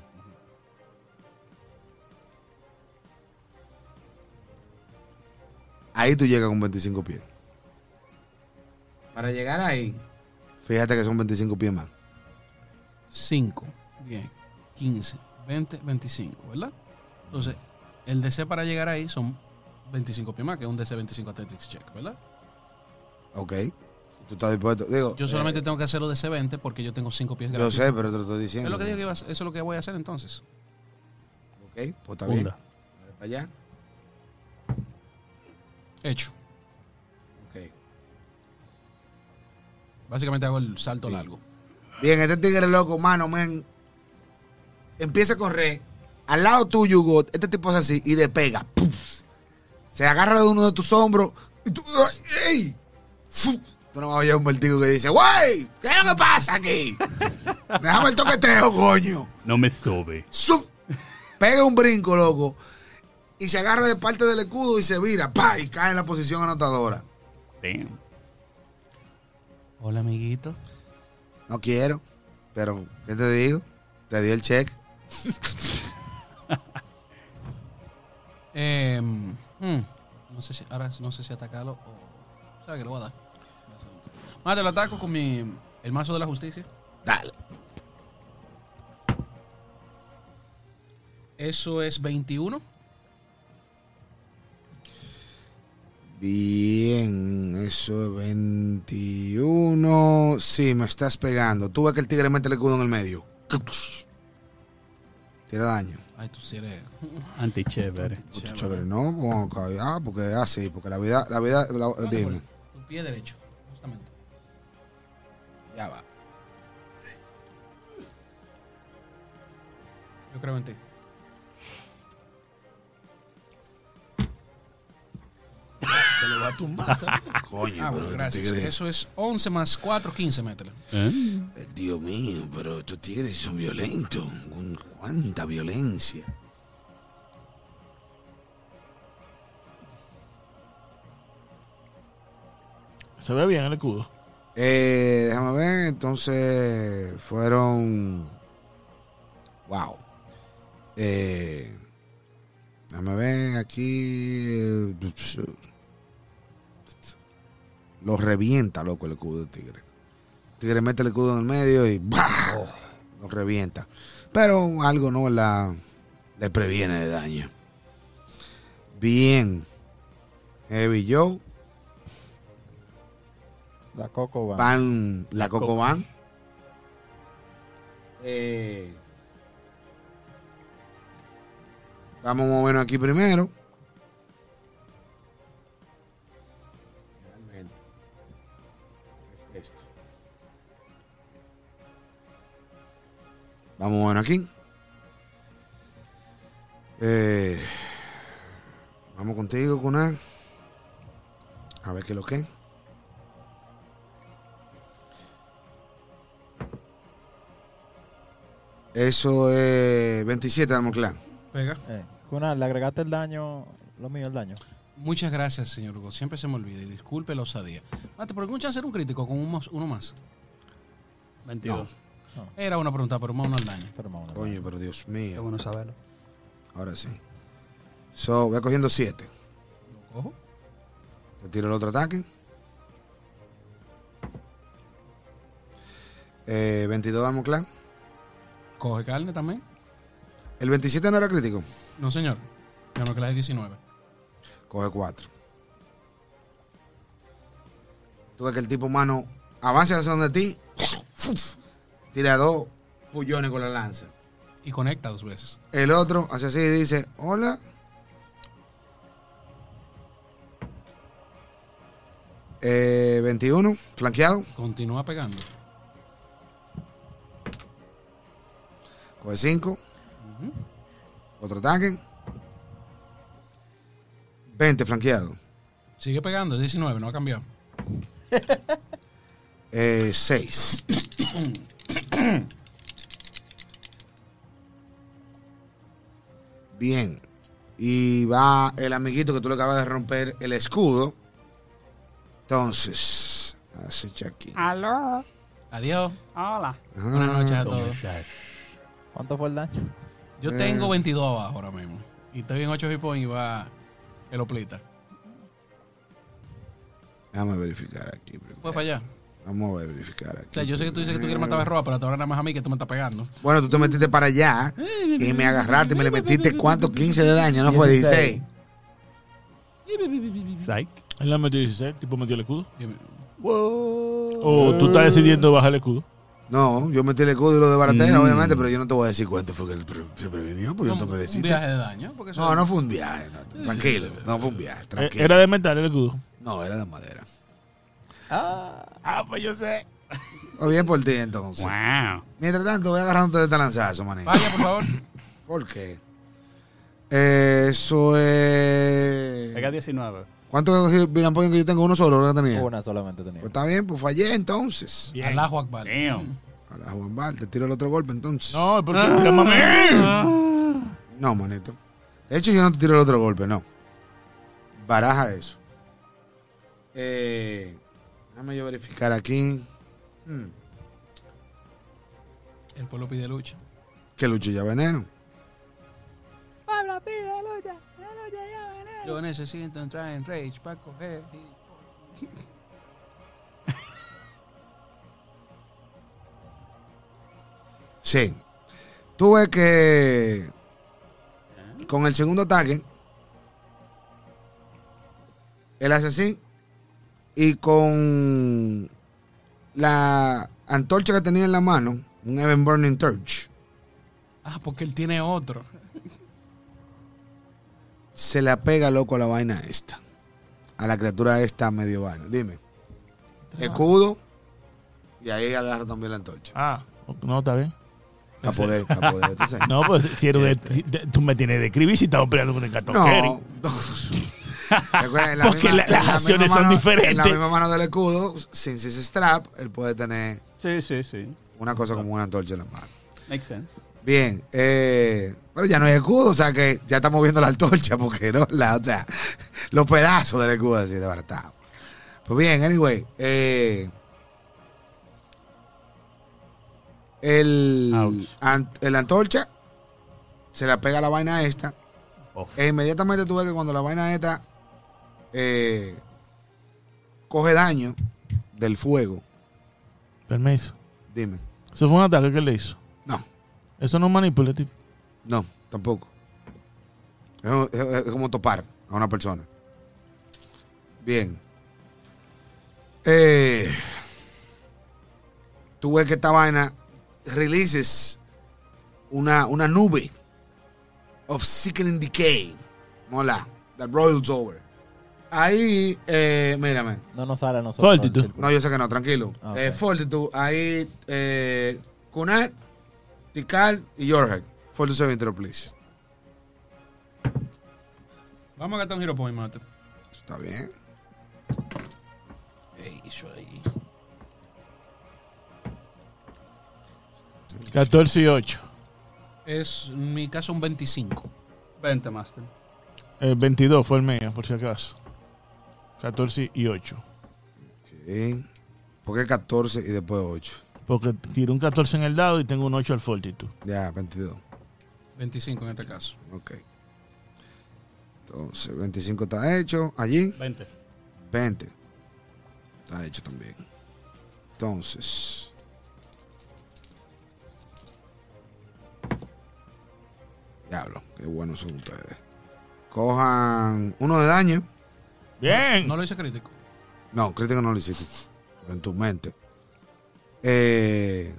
[SPEAKER 1] Ahí tú llegas con 25 pies. Para llegar ahí. Fíjate que son 25 pies más.
[SPEAKER 4] 5, 10, 15, 20, 25, ¿verdad? Entonces, el DC para llegar ahí son 25 pies más, que es un DC 25 Athletics Check, ¿verdad?
[SPEAKER 1] Ok. Tú estás dispuesto. Digo,
[SPEAKER 4] Yo
[SPEAKER 1] eh,
[SPEAKER 4] solamente tengo que hacer los DC 20 porque yo tengo 5 pies
[SPEAKER 1] Yo
[SPEAKER 4] gratis.
[SPEAKER 1] sé, pero te lo estoy diciendo.
[SPEAKER 4] Es lo que digo que iba a hacer- eso es lo que voy a hacer entonces.
[SPEAKER 1] Ok, pues está bien.
[SPEAKER 6] Funda.
[SPEAKER 1] Para allá.
[SPEAKER 4] Hecho.
[SPEAKER 1] Ok.
[SPEAKER 4] Básicamente hago el salto
[SPEAKER 1] Sí.
[SPEAKER 4] largo.
[SPEAKER 1] Bien, este tigre loco, mano, men. Empieza a correr. Al lado tuyo, Hugo, este tipo es así y despega. ¡Puf! Se agarra de uno de tus hombros. Y tú, ¡ay! ¡ey! ¡Fu! Tú no vas a oír un vertigo que dice, ¡Wey! ¿Qué es lo que pasa aquí? Déjame el toqueteo, coño.
[SPEAKER 6] No me sobe.
[SPEAKER 1] ¡Suf! Pega un brinco, loco. Y se agarra de parte del escudo y se vira. ¡Pa! Y cae en la posición anotadora.
[SPEAKER 6] Damn.
[SPEAKER 4] Hola, amiguito.
[SPEAKER 1] No quiero. Pero, ¿qué te digo? Te di el cheque.
[SPEAKER 4] Eh, mm, no sé si, ahora no sé si atacarlo o... O sea, que lo voy a dar. Voy a hacer un tiro. Mate, lo ataco con mi... El mazo de la justicia.
[SPEAKER 1] Dale.
[SPEAKER 4] Eso es 21.
[SPEAKER 1] Bien, eso es 21. Sí, me estás pegando. Tú ves que el tigre mete el escudo en el medio. Tira daño.
[SPEAKER 4] Ay, tú sí eres...
[SPEAKER 6] Anti chévere.
[SPEAKER 1] Ocho, chévere, no, bueno, ca- ah, porque es así, porque la vida, la vida, la- Ah, dime.
[SPEAKER 4] pues, Tu pie derecho, justamente.
[SPEAKER 1] Ya va.
[SPEAKER 4] Yo creo en ti.
[SPEAKER 6] Se lo va a tumbar.
[SPEAKER 1] (laughs) Coño,
[SPEAKER 4] Ah,
[SPEAKER 1] pero este
[SPEAKER 4] bueno,
[SPEAKER 1] estos
[SPEAKER 4] gracias.
[SPEAKER 1] tigres,
[SPEAKER 4] Eso es 11 más 4, 15, métele.
[SPEAKER 1] eh, Dios mío, pero estos tigres son violentos. Un- Cuánta violencia.
[SPEAKER 6] Se ve bien el escudo.
[SPEAKER 1] Eh, déjame ver, entonces fueron. Wow. Eh, déjame ver aquí. eh, Lo revienta, loco, el escudo del tigre. El tigre mete el escudo en el medio y ¡bah! lo revienta. Pero algo no la le previene de daño. Bien. Heavy Joe.
[SPEAKER 3] la Coco va.
[SPEAKER 1] Van, la Coco
[SPEAKER 6] Coco.
[SPEAKER 1] Van. Eh, vamos a movernos aquí primero. Realmente. Es esto. Vamos a movernos aquí. Eh, vamos contigo, Kunan. A ver qué es lo que es. Eso es 27, damos clan.
[SPEAKER 4] Pega.
[SPEAKER 3] Eh, Kunal, le agregaste el daño, lo mío el daño.
[SPEAKER 4] Muchas gracias, señor Hugo. Siempre se me olvida y disculpe la osadía. Mate, ¿por qué un chance era un crítico con un más- uno más?
[SPEAKER 6] 22.
[SPEAKER 4] Era una pregunta, pero más uno al daño.
[SPEAKER 3] Pero vamos,
[SPEAKER 1] Coño, pero Dios
[SPEAKER 5] Qué
[SPEAKER 1] mío.
[SPEAKER 5] bueno saberlo.
[SPEAKER 1] Ahora sí. So, voy cogiendo 7.
[SPEAKER 4] Lo cojo.
[SPEAKER 1] Te tiro el otro ataque. Eh, 22, damos clan.
[SPEAKER 4] Coge carne también.
[SPEAKER 1] El 27 no era crítico.
[SPEAKER 4] No, señor. Yo no que la de 19.
[SPEAKER 1] coge cuatro. Tú ves que el tipo humano avanza hacia donde ti, tira dos pullones con la lanza.
[SPEAKER 4] Y conecta dos veces.
[SPEAKER 1] El otro hace así y dice, hola. Eh, 21, flanqueado,
[SPEAKER 4] Continúa pegando.
[SPEAKER 1] coge 5. Otro ataque. 20, flanqueado.
[SPEAKER 4] Sigue pegando, es 19, no ha cambiado.
[SPEAKER 1] Eh, 6. Bien. Y va el amiguito que tú le acabas de romper el escudo. Entonces, hace aquí.
[SPEAKER 4] Ah.
[SPEAKER 5] Aló.
[SPEAKER 4] Adiós.
[SPEAKER 5] Hola.
[SPEAKER 4] Buenas noches
[SPEAKER 1] Ah,
[SPEAKER 4] a todos.
[SPEAKER 3] ¿Cuánto fue el daño?
[SPEAKER 4] Yo tengo 22 abajo ahora mismo. Y estoy en 8 hit points y va el Oplita.
[SPEAKER 1] Déjame verificar aquí. primero.
[SPEAKER 4] Pues para allá.
[SPEAKER 1] Vamos a verificar aquí.
[SPEAKER 4] O sea, yo sé que tú dices que tú quieres matar a Roa, pero te ahora nada más a mí que tú me estás pegando.
[SPEAKER 1] Bueno, tú te metiste para allá y me agarraste y me le metiste cuánto, 15 de daño, no fue 16.
[SPEAKER 7] Psych.
[SPEAKER 6] Él la metió 16, el tipo metió el escudo.
[SPEAKER 4] Y me-
[SPEAKER 6] O tú estás decidiendo bajar el escudo. Eh,
[SPEAKER 1] No, yo metí el escudo y lo desbaraté,
[SPEAKER 7] Mm.
[SPEAKER 1] obviamente, pero yo no te voy a decir cuánto fue que él pre- se prevenió, porque yo no
[SPEAKER 4] un-
[SPEAKER 1] me
[SPEAKER 4] un
[SPEAKER 1] deciste.
[SPEAKER 4] viaje de daño. Porque eso-
[SPEAKER 1] No, no fue un viaje, no, tranquilo, no fue un viaje,
[SPEAKER 6] Eh,
[SPEAKER 1] tranquilo.
[SPEAKER 6] Era de metal el escudo.
[SPEAKER 1] No, era de madera.
[SPEAKER 3] Ah,
[SPEAKER 6] Ah, pues yo sé.
[SPEAKER 1] O bien por ti, entonces.
[SPEAKER 5] Wow.
[SPEAKER 1] Mientras tanto, voy agarrándote de este lanzazo, manito.
[SPEAKER 6] Ah.
[SPEAKER 4] Vaya, por (coughs) favor.
[SPEAKER 1] ¿Por qué? Eh, Eso
[SPEAKER 5] Pega
[SPEAKER 1] es...
[SPEAKER 5] 19.
[SPEAKER 1] ¿Cuánto Vilan Point que yo tengo? ¿Uno solo? ¿Verdad tenía?
[SPEAKER 3] una solamente tenía.
[SPEAKER 1] Pues está bien, pues fallé entonces.
[SPEAKER 4] Alajo Akbar.
[SPEAKER 5] Damn.
[SPEAKER 1] A la Juan Val, te tiro el otro golpe entonces.
[SPEAKER 6] No, porque mira, mami.
[SPEAKER 1] No, manito. De hecho, yo no te tiro el otro golpe, no. Baraja eso. Eh, déjame yo verificar aquí. Hmm,
[SPEAKER 4] El pueblo pide lucha.
[SPEAKER 1] Que lucha ya veneno.
[SPEAKER 4] Yo necesito entrar en Rage para coger. y-
[SPEAKER 1] Sí. Tú ves que con el segundo ataque, el asesino y con la antorcha que tenía en la mano, un Evan Burning Torch,
[SPEAKER 4] Ah, porque él tiene otro.
[SPEAKER 1] se la pega loco a la vaina esta. A la criatura esta medio vaina. Dime. Escudo. Y ahí agarra también la antorcha.
[SPEAKER 6] Ah, no, está bien.
[SPEAKER 1] Para poder, para poder. tú sabes.
[SPEAKER 6] Ah, (laughs) No, pues si
[SPEAKER 5] (laughs)
[SPEAKER 6] era de- si- de- tú me tienes de escribir si estamos peleando con el cartón
[SPEAKER 1] No.
[SPEAKER 6] Kerry. (laughs)
[SPEAKER 1] Recuerda, en la
[SPEAKER 6] Porque
[SPEAKER 1] misma-
[SPEAKER 6] la-
[SPEAKER 1] en
[SPEAKER 6] las
[SPEAKER 1] la
[SPEAKER 6] acciones
[SPEAKER 1] misma
[SPEAKER 6] son
[SPEAKER 1] mano- En la
[SPEAKER 6] diferentes.
[SPEAKER 1] misma mano del escudo, sin ese strap, él puede tener
[SPEAKER 5] Sí, sí, sí.
[SPEAKER 1] una cosa como una antorcha en la mano.
[SPEAKER 5] Makes sense.
[SPEAKER 1] Bien, eh, pero ya no hay escudo, o sea que ya estamos viendo la antorcha, porque no, la, o sea, los pedazos del escudo así de baratado. Pues bien, anyway, eh, el,
[SPEAKER 5] Ouch.
[SPEAKER 1] an- el antorcha se la pega a la vaina esta,
[SPEAKER 7] Off.
[SPEAKER 1] e inmediatamente tú ves que cuando la vaina esta eh, coge daño del fuego,
[SPEAKER 6] Permiso.
[SPEAKER 1] dime,
[SPEAKER 6] Eso fue un ataque que él le hizo.
[SPEAKER 1] no,
[SPEAKER 6] Eso no manipula, tipo.
[SPEAKER 1] No, tampoco. Es, es- es como topar a una persona. Bien. Eh, tú ves que esta vaina releases una, una nube of sickening decay. Mola. That roils over. Ahí, eh, mírame.
[SPEAKER 3] No nos sale a nosotros.
[SPEAKER 6] Fortitude.
[SPEAKER 3] el círculo.
[SPEAKER 1] No, yo sé que no, tranquilo.
[SPEAKER 3] Ah, ok.
[SPEAKER 1] Eh, Fortitude, ahí, eh, Kunal, Tikal y Jorge. Fortitude Saving throw, please.
[SPEAKER 4] Vamos a gastar un Hero Point, mate.
[SPEAKER 1] Eso Está bien.
[SPEAKER 4] Ey, eso ahí.
[SPEAKER 6] 14 y 8.
[SPEAKER 4] Es, en mi caso, un 25.
[SPEAKER 5] 20, Master.
[SPEAKER 6] El 22 Eh, fue el mío, por si acaso. 14 y 8.
[SPEAKER 1] Ok. ¿Por qué 14 y después 8?
[SPEAKER 6] Porque tiré un 14 en el dado y tengo un 8 al fortitude.
[SPEAKER 1] Ya, 22.
[SPEAKER 4] 25 en este caso.
[SPEAKER 1] Ok. Entonces, 25 está hecho. Allí,
[SPEAKER 7] 20.
[SPEAKER 1] 20. Está hecho también. Entonces. Diablo, qué buenos son ustedes. Cojan uno de daño.
[SPEAKER 6] Bien.
[SPEAKER 4] No lo hice crítico.
[SPEAKER 1] No, crítico no lo hiciste. Pero en tu mente. Eh,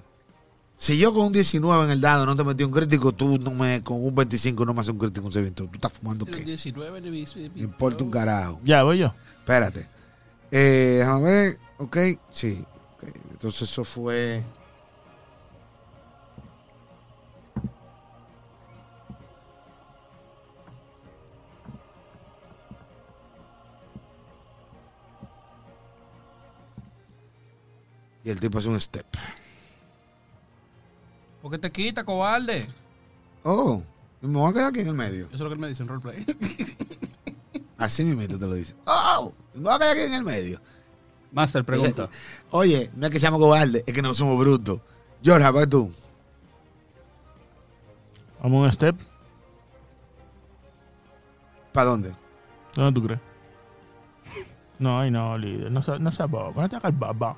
[SPEAKER 1] si yo con un 19 en el dado no te metí un crítico, tú no me, con un 25 no me haces un crítico, un saving throw. Tú estás fumando qué.
[SPEAKER 4] 19
[SPEAKER 1] Me importa un carajo.
[SPEAKER 6] Ya, voy yo.
[SPEAKER 1] Espérate. Eh, déjame ver. Ok, sí. ok. Entonces eso fue... Y el tipo hace un step.
[SPEAKER 4] ¿Por qué te quita, cobarde?
[SPEAKER 1] Oh, me voy a quedar aquí en el medio.
[SPEAKER 4] Eso es lo que él me dice en roleplay. (laughs)
[SPEAKER 1] Así mismo te lo dice. Oh, me voy a quedar aquí en el medio.
[SPEAKER 5] Master, (laughs) pregunta.
[SPEAKER 1] Oye, no es que seamos cobardes, es que no somos brutos. Jorge, ¿para tú?
[SPEAKER 6] Vamos a un step.
[SPEAKER 1] ¿Para dónde?
[SPEAKER 6] ¿Dónde tú crees? No, ay, no, líder. No seas no sea bobo. No te hagas baba.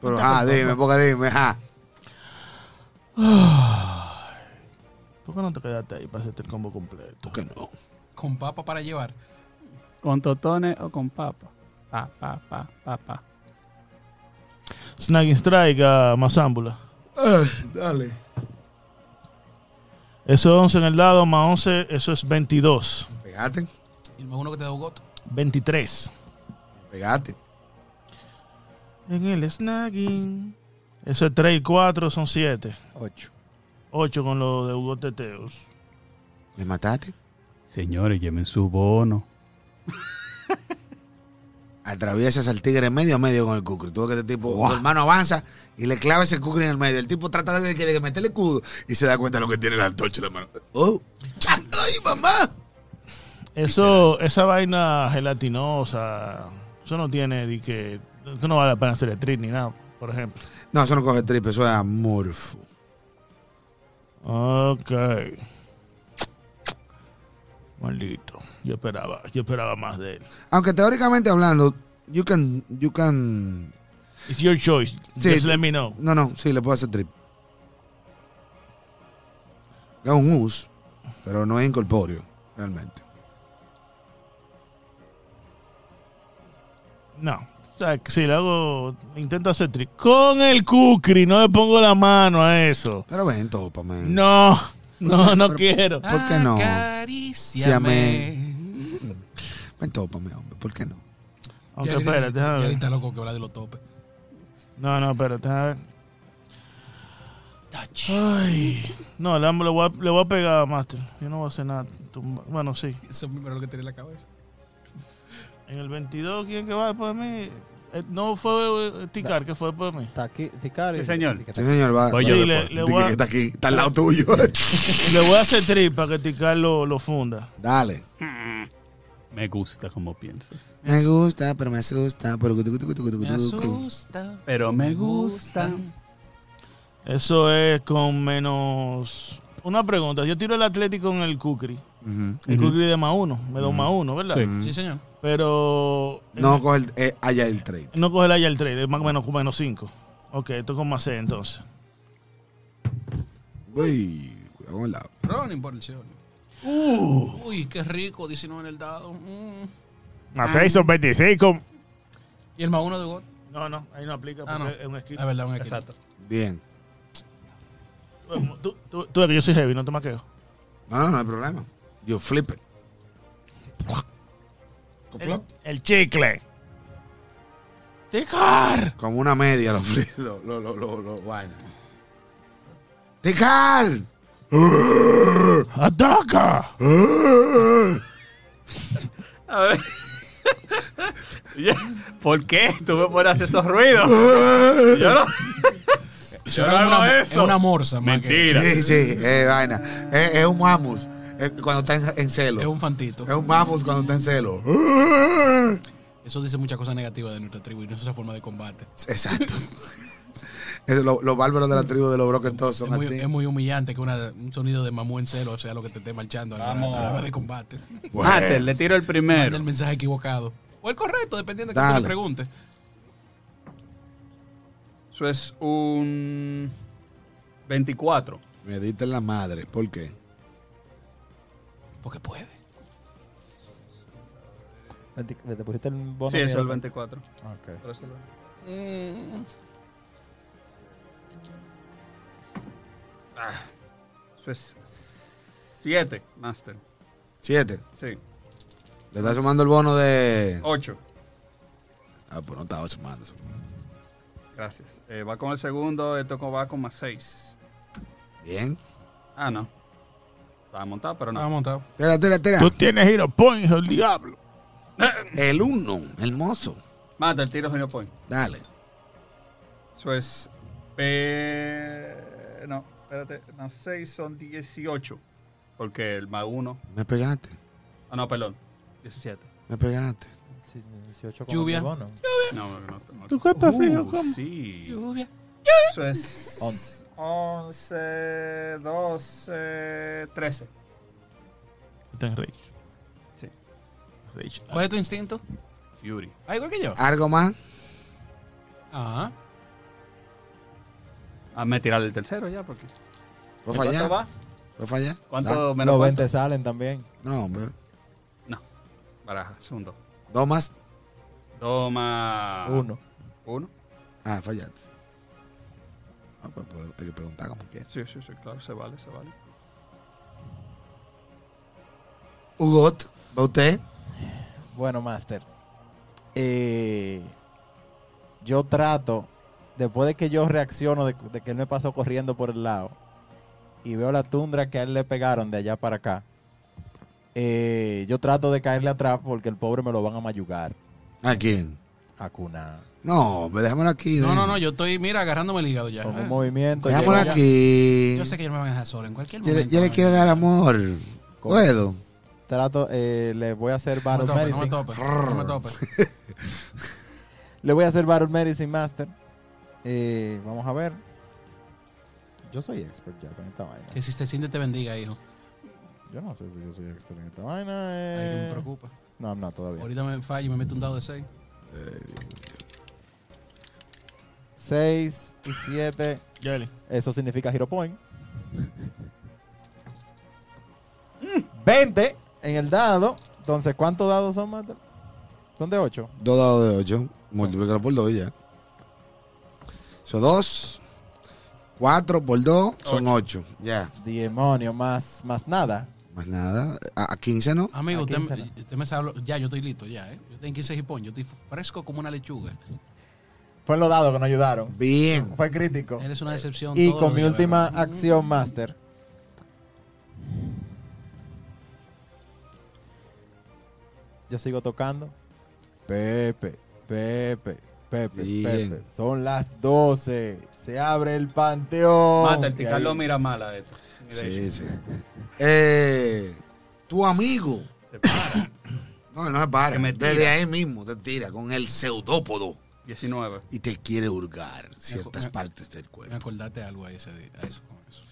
[SPEAKER 1] Pero, ah, dime, porque dime, ah.
[SPEAKER 6] ¿Por qué no te quedaste ahí para hacerte el combo completo?
[SPEAKER 1] ¿Por qué no?
[SPEAKER 4] Con papa para llevar.
[SPEAKER 5] ¿Con totones o con papa? Pa, pa, pa, pa, pa.
[SPEAKER 6] Snagging Strike ah, a Mazámbula.
[SPEAKER 1] dale.
[SPEAKER 6] Eso es 11 en el dado, más 11, eso es 22.
[SPEAKER 1] Pegate,
[SPEAKER 4] Y más uno que te da un goto.
[SPEAKER 6] 23.
[SPEAKER 1] pegate.
[SPEAKER 6] En el Snagging. Eso es 3 y 4, son 7.
[SPEAKER 3] 8.
[SPEAKER 6] 8 con lo de Hugo Teteos.
[SPEAKER 1] ¿Me mataste?
[SPEAKER 5] Señores, lleven su bono.
[SPEAKER 1] Atraviesas al tigre medio a medio con el cucre. Todo que este tipo, tu hermano avanza y le clava ese cucre en el medio. El tipo trata de, de meterle escudo y se da cuenta de lo que tiene la antorcha en la mano. ¡Oh! ¡Cha! ¡Ay, mamá!
[SPEAKER 6] Eso, esa vaina gelatinosa, eso no tiene de que, eso no vale la pena hacer strip ni nada, por ejemplo.
[SPEAKER 1] No, eso no coge triple, eso es amorfo.
[SPEAKER 6] Ok. Maldito. Yo esperaba, yo esperaba más de él.
[SPEAKER 1] Aunque teóricamente hablando, you can, you can...
[SPEAKER 6] It's your choice.
[SPEAKER 1] Sí.
[SPEAKER 6] Just let me know.
[SPEAKER 1] No, no, sí, le puedo hacer triple. Es un us, pero no es incorpóreo, realmente.
[SPEAKER 6] No. O sea, que si le hago, intento hacer trip con el Kukri, no le pongo la mano a eso.
[SPEAKER 1] Pero ven, tópame.
[SPEAKER 6] No, no, no quiero.
[SPEAKER 1] ¿Por qué no?
[SPEAKER 4] Acaríciame.
[SPEAKER 1] Ven, tópame, hombre, ¿por qué no?
[SPEAKER 6] Aunque
[SPEAKER 4] Ya ahorita-
[SPEAKER 6] espérate,
[SPEAKER 4] ya
[SPEAKER 6] déjame ver.
[SPEAKER 4] ahorita loco que habla de los topes.
[SPEAKER 6] No, no, espérate, a ver. Ay. No, le, le, voy a, le voy a pegar a Master. Yo no voy a hacer nada. Tumba- Bueno, sí.
[SPEAKER 4] Eso es primero lo que tenía en la cabeza.
[SPEAKER 6] En el 22, ¿quién que va después de mí? Eh, no fue eh, Ticar, que fue después de mí.
[SPEAKER 3] Está aquí. Ticari.
[SPEAKER 5] Sí, señor.
[SPEAKER 1] Sí, Este señor, va.
[SPEAKER 5] Voy
[SPEAKER 1] va-
[SPEAKER 5] yo
[SPEAKER 6] Sí, le,
[SPEAKER 5] después.
[SPEAKER 6] Pues le
[SPEAKER 1] Di
[SPEAKER 6] voy
[SPEAKER 1] que
[SPEAKER 6] a,
[SPEAKER 1] está aquí, está al lado tuyo.
[SPEAKER 6] le voy a hacer trip para que Ticar lo, lo funda.
[SPEAKER 1] Dale.
[SPEAKER 5] Me gusta como piensas.
[SPEAKER 1] Me gusta, pero me asusta. Pero...
[SPEAKER 4] Me asusta.
[SPEAKER 5] Pero me gusta.
[SPEAKER 6] Eso es con menos. Una pregunta. Yo tiro el Atlético en el Kukri.
[SPEAKER 1] Ujú.
[SPEAKER 6] El
[SPEAKER 5] Ujú.
[SPEAKER 6] Kukri de más uno. Me da un más uno, ¿verdad?
[SPEAKER 5] Sí.
[SPEAKER 1] Mm.
[SPEAKER 4] Sí, señor.
[SPEAKER 6] Pero.
[SPEAKER 1] No coge el, eh, allá el trade.
[SPEAKER 6] No coge la ya el 3, es más o menos, menos 5. Ok, esto es con más 6 entonces.
[SPEAKER 1] Uy, cuidado con el lado.
[SPEAKER 4] Ronin por el cielo. Uy, qué rico. 19 en el dado. Mm.
[SPEAKER 6] Más 6 son 25.
[SPEAKER 4] Y el más uno de God.
[SPEAKER 6] No, no, ahí no aplica porque
[SPEAKER 4] Ah, no.
[SPEAKER 6] es un escrito.
[SPEAKER 4] La verdad, un esquina.
[SPEAKER 5] Exacto.
[SPEAKER 1] Bien.
[SPEAKER 6] Pues, Tú, tú, tú ves que yo soy heavy, no te maqueo.
[SPEAKER 1] No, no, no hay problema. Yo flip it.
[SPEAKER 6] El, el chicle. ¡Ticar!
[SPEAKER 1] Como una media lo flip. (laughs) Lo, lo, lo, lo, lo vaina. ¡Tical!
[SPEAKER 6] ¡Ataca!
[SPEAKER 5] A ver. Ya, ¿Por qué? Tú me pones a hacer esos ruidos. Yo no.
[SPEAKER 4] Eso
[SPEAKER 5] Yo no
[SPEAKER 4] era
[SPEAKER 5] hago
[SPEAKER 4] una,
[SPEAKER 5] eso.
[SPEAKER 4] Es una morsa, más que-
[SPEAKER 5] Mentira.
[SPEAKER 1] Sí, sí, es vaina. Es, es un mamus eh, cuando está en, en celo.
[SPEAKER 4] Es un fantito.
[SPEAKER 1] Es un mamus cuando está en
[SPEAKER 4] (laughs)
[SPEAKER 1] celo.
[SPEAKER 4] Eso dice muchas cosas negativas de nuestra tribu y nuestra forma de combate.
[SPEAKER 1] Exacto. (laughs) Es lo- los bárbaros de la tribu de los broques todos
[SPEAKER 4] Es
[SPEAKER 1] son
[SPEAKER 4] muy,
[SPEAKER 1] así.
[SPEAKER 4] es muy humillante que una- un sonido de mamú en celo sea lo que te esté marchando a la, hora- a la hora de combate.
[SPEAKER 1] Bueno.
[SPEAKER 5] Master, le tiro el
[SPEAKER 4] Manda
[SPEAKER 5] primero.
[SPEAKER 4] el mensaje equivocado. O el correcto, dependiendo de que
[SPEAKER 1] Dale.
[SPEAKER 4] tú le preguntes.
[SPEAKER 5] Eso es un 24.
[SPEAKER 1] Me diste en la madre. ¿Por qué?
[SPEAKER 4] Porque puede.
[SPEAKER 3] 20 ¿Te pusiste el bono?
[SPEAKER 5] Sí, eso es el
[SPEAKER 3] mierda?
[SPEAKER 5] 24.
[SPEAKER 3] Ok.
[SPEAKER 5] Pero eso es el
[SPEAKER 4] Mm,
[SPEAKER 5] Ah, Eso es 7, Master.
[SPEAKER 1] Siete.
[SPEAKER 5] Sí.
[SPEAKER 1] Le está sumando el bono de.
[SPEAKER 5] 8.
[SPEAKER 1] Ah, pues no estaba sumando.
[SPEAKER 5] Gracias. Eh, va con el segundo, esto co- va con más 6.
[SPEAKER 1] Bien.
[SPEAKER 5] Ah, no. Estaba montado, pero
[SPEAKER 6] Ah.
[SPEAKER 4] estaba
[SPEAKER 5] no.
[SPEAKER 4] montado.
[SPEAKER 1] Tira, tira, tira.
[SPEAKER 6] Tú tienes Hero Points, el diablo.
[SPEAKER 1] El uno, hermoso.
[SPEAKER 5] Mata el tiro Genio Point.
[SPEAKER 1] Dale.
[SPEAKER 5] Eso es. P... No, espérate. No, 6 son 18. Porque el más 1.
[SPEAKER 1] Me pegaste.
[SPEAKER 5] Ah, no, perdón. 17.
[SPEAKER 1] Me pegaste.
[SPEAKER 3] Sí, 18 con
[SPEAKER 4] Lluvia.
[SPEAKER 3] el bono.
[SPEAKER 5] No, no, no. no.
[SPEAKER 6] Tu cuerpo es
[SPEAKER 5] Uh,
[SPEAKER 6] frío, ¿cómo?
[SPEAKER 5] Sí. Eso es.
[SPEAKER 3] Once.
[SPEAKER 5] 11, 12, 13.
[SPEAKER 6] Está en Rage.
[SPEAKER 5] Sí.
[SPEAKER 6] Rage.
[SPEAKER 4] ¿Cuál es tu instinto?
[SPEAKER 5] Fury.
[SPEAKER 4] Ah, igual que yo.
[SPEAKER 1] ¿Algo más?
[SPEAKER 4] Ajá.
[SPEAKER 5] Ah, me tirar el tercero ya, porque.
[SPEAKER 1] ¿Puedo
[SPEAKER 5] ¿Cuánto
[SPEAKER 1] fallar?
[SPEAKER 5] va?
[SPEAKER 1] ¿Puedo fallar?
[SPEAKER 5] ¿Cuánto menos?
[SPEAKER 3] Los
[SPEAKER 5] cuánto?
[SPEAKER 3] 20 salen también.
[SPEAKER 1] No, hombre.
[SPEAKER 5] No. Baraja, segundo.
[SPEAKER 1] ¿Dos más?
[SPEAKER 5] Toma.
[SPEAKER 3] Uno.
[SPEAKER 5] Uno.
[SPEAKER 1] Ah, fallaste. Ah, pues, pues, hay que preguntar como quieras.
[SPEAKER 5] Sí, sí, sí, claro, se vale, se vale.
[SPEAKER 1] Hugot, ¿va usted?
[SPEAKER 3] Bueno, Master. eh, yo trato, después de que yo reacciono, de, de que él me pasó corriendo por el lado, y veo la tundra que a él le pegaron de allá para acá, eh, yo trato de caerle atrás porque el pobre me lo van a mayugar
[SPEAKER 1] ¿A quién?
[SPEAKER 3] a cunar.
[SPEAKER 1] No, hombre, déjamelo aquí.
[SPEAKER 4] No,
[SPEAKER 1] ven.
[SPEAKER 4] no, no, yo estoy, mira, agarrándome el hígado ya.
[SPEAKER 3] Con
[SPEAKER 4] Ah,
[SPEAKER 3] un movimiento.
[SPEAKER 1] Déjamelo
[SPEAKER 3] llego-
[SPEAKER 1] aquí.
[SPEAKER 4] Yo sé que ellos me van a dejar solo en cualquier
[SPEAKER 1] Yo
[SPEAKER 4] momento.
[SPEAKER 1] le, yo le quiero dar amor. ¿Puedo?
[SPEAKER 3] Trato, eh, le voy a hacer
[SPEAKER 4] No me
[SPEAKER 3] Battle
[SPEAKER 4] tope, no
[SPEAKER 3] Medicine.
[SPEAKER 4] me tope, no me tope.
[SPEAKER 1] (laughs)
[SPEAKER 3] Le voy a hacer Battle Medicine Master. Eh, vamos a ver. Yo soy expert ya con esta vaina.
[SPEAKER 4] Que si te sientes te bendiga, hijo.
[SPEAKER 3] Yo no sé si yo soy expert en esta vaina.
[SPEAKER 4] Ay, no
[SPEAKER 3] Eh.
[SPEAKER 4] me preocupa.
[SPEAKER 3] no, no, todavía.
[SPEAKER 4] Ahorita me fallo y me meto un dado de 6.
[SPEAKER 3] 6 y 7.
[SPEAKER 6] Ya, dale.
[SPEAKER 3] Eso significa Hero Point. 20 en el dado. Entonces, ¿cuántos dados son más? Son de 8.
[SPEAKER 1] Dos dados de ocho. Multiplicar por dos y ya. Son dos. Cuatro por dos son ocho. Ya.
[SPEAKER 3] Demonio, más, más nada.
[SPEAKER 1] Más nada. A, a 15 no.
[SPEAKER 4] Amigo,
[SPEAKER 3] ¿A
[SPEAKER 4] usted,
[SPEAKER 3] quién
[SPEAKER 4] me-
[SPEAKER 3] será?
[SPEAKER 4] usted me sabe, lo- ya, yo estoy listo, ya, ¿eh? Yo estoy en 15 hipón, yo estoy fresco como una lechuga.
[SPEAKER 3] Fueron los dados que nos ayudaron.
[SPEAKER 1] Bien.
[SPEAKER 3] Fue crítico.
[SPEAKER 4] Eres una decepción.
[SPEAKER 3] Y
[SPEAKER 4] todos
[SPEAKER 3] con
[SPEAKER 4] los
[SPEAKER 3] mi
[SPEAKER 4] días,
[SPEAKER 3] última
[SPEAKER 4] ¿verdad?
[SPEAKER 3] acción, Master. Yo sigo tocando. Pepe, Pepe, Pepe,
[SPEAKER 1] Bien.
[SPEAKER 3] Pepe. Son las 12. Se abre el panteón.
[SPEAKER 5] Mata, el
[SPEAKER 3] Y
[SPEAKER 5] ticar
[SPEAKER 3] ahí-
[SPEAKER 5] lo mira mal a esto. Mira eso.
[SPEAKER 1] Sí, sí. Eh, tu amigo.
[SPEAKER 5] Se para. (laughs)
[SPEAKER 1] No, no se para.
[SPEAKER 5] Que me tira.
[SPEAKER 1] Desde ahí mismo te tira con el pseudópodo
[SPEAKER 5] 19.
[SPEAKER 1] y te quiere hurgar ciertas
[SPEAKER 4] me-
[SPEAKER 1] partes del
[SPEAKER 4] Me
[SPEAKER 1] cuerpo.
[SPEAKER 4] acordaste algo a, ese, de- a eso con eso.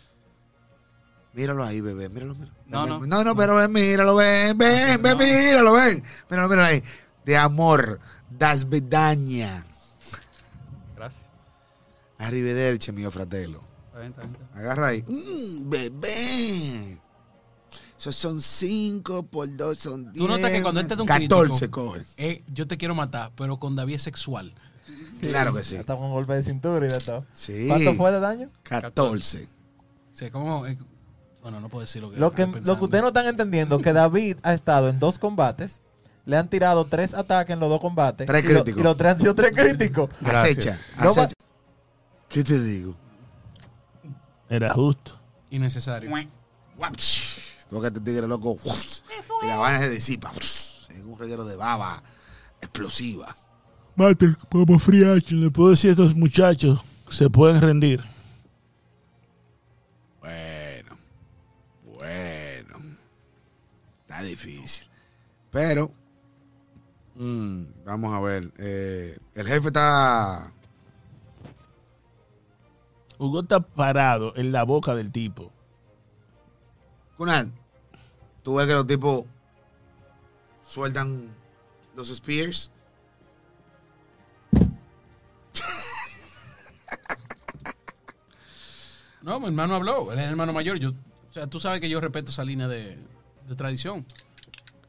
[SPEAKER 1] Míralo ahí, bebé. Míralo, míralo.
[SPEAKER 5] No,
[SPEAKER 1] Ven,
[SPEAKER 5] no.
[SPEAKER 1] ven. pero ven, míralo, ven, ven, ven, míralo, ven. Míralo, míralo ahí. De amor, das bedaña.
[SPEAKER 5] Gracias.
[SPEAKER 1] Arrivederci, mio fratello.
[SPEAKER 5] Está bien, está bien, está bien.
[SPEAKER 1] Agarra ahí. Mm, bebé. Esos son 5 por 2 son 10.
[SPEAKER 4] Tú notas que cuando este es de un
[SPEAKER 1] 14
[SPEAKER 4] crítico-
[SPEAKER 1] coge.
[SPEAKER 4] Eh, yo te quiero matar, pero con David es sexual.
[SPEAKER 1] Claro que sí.
[SPEAKER 3] Hasta con golpe de cintura y de todo.
[SPEAKER 1] Sí.
[SPEAKER 3] ¿Cuánto fue de daño?
[SPEAKER 1] 14.
[SPEAKER 4] O sea, como... eh, bueno, no puedo decir lo que
[SPEAKER 3] Lo que,
[SPEAKER 4] estaba
[SPEAKER 3] lo
[SPEAKER 4] pensando.
[SPEAKER 3] que ustedes no están entendiendo es que David ha estado en dos combates. Le han tirado tres ataques en los dos combates.
[SPEAKER 1] Tres
[SPEAKER 3] y lo-
[SPEAKER 1] críticos.
[SPEAKER 3] Y los tres han sido tres críticos.
[SPEAKER 1] Acecha.
[SPEAKER 3] No va-
[SPEAKER 1] acecha. ¿Qué te digo?
[SPEAKER 6] Era justo.
[SPEAKER 4] Innecesario.
[SPEAKER 1] Guapsh. Tú que te tigre loco. guapsh. Y la vaina se disipa. guapsh, En un reguero de baba explosiva.
[SPEAKER 6] Mate, como free action, le puedo decir a estos muchachos, se pueden rendir.
[SPEAKER 1] Bueno. Bueno. Está difícil. Pero. mm, vamos a ver. eh, el jefe está.
[SPEAKER 6] Hugo está parado en la boca del tipo.
[SPEAKER 1] Kunan, tú ves que los tipos sueltan los spears.
[SPEAKER 4] No, mi hermano habló, él es el hermano mayor. Yo, o sea, tú sabes que yo respeto esa línea de, de tradición.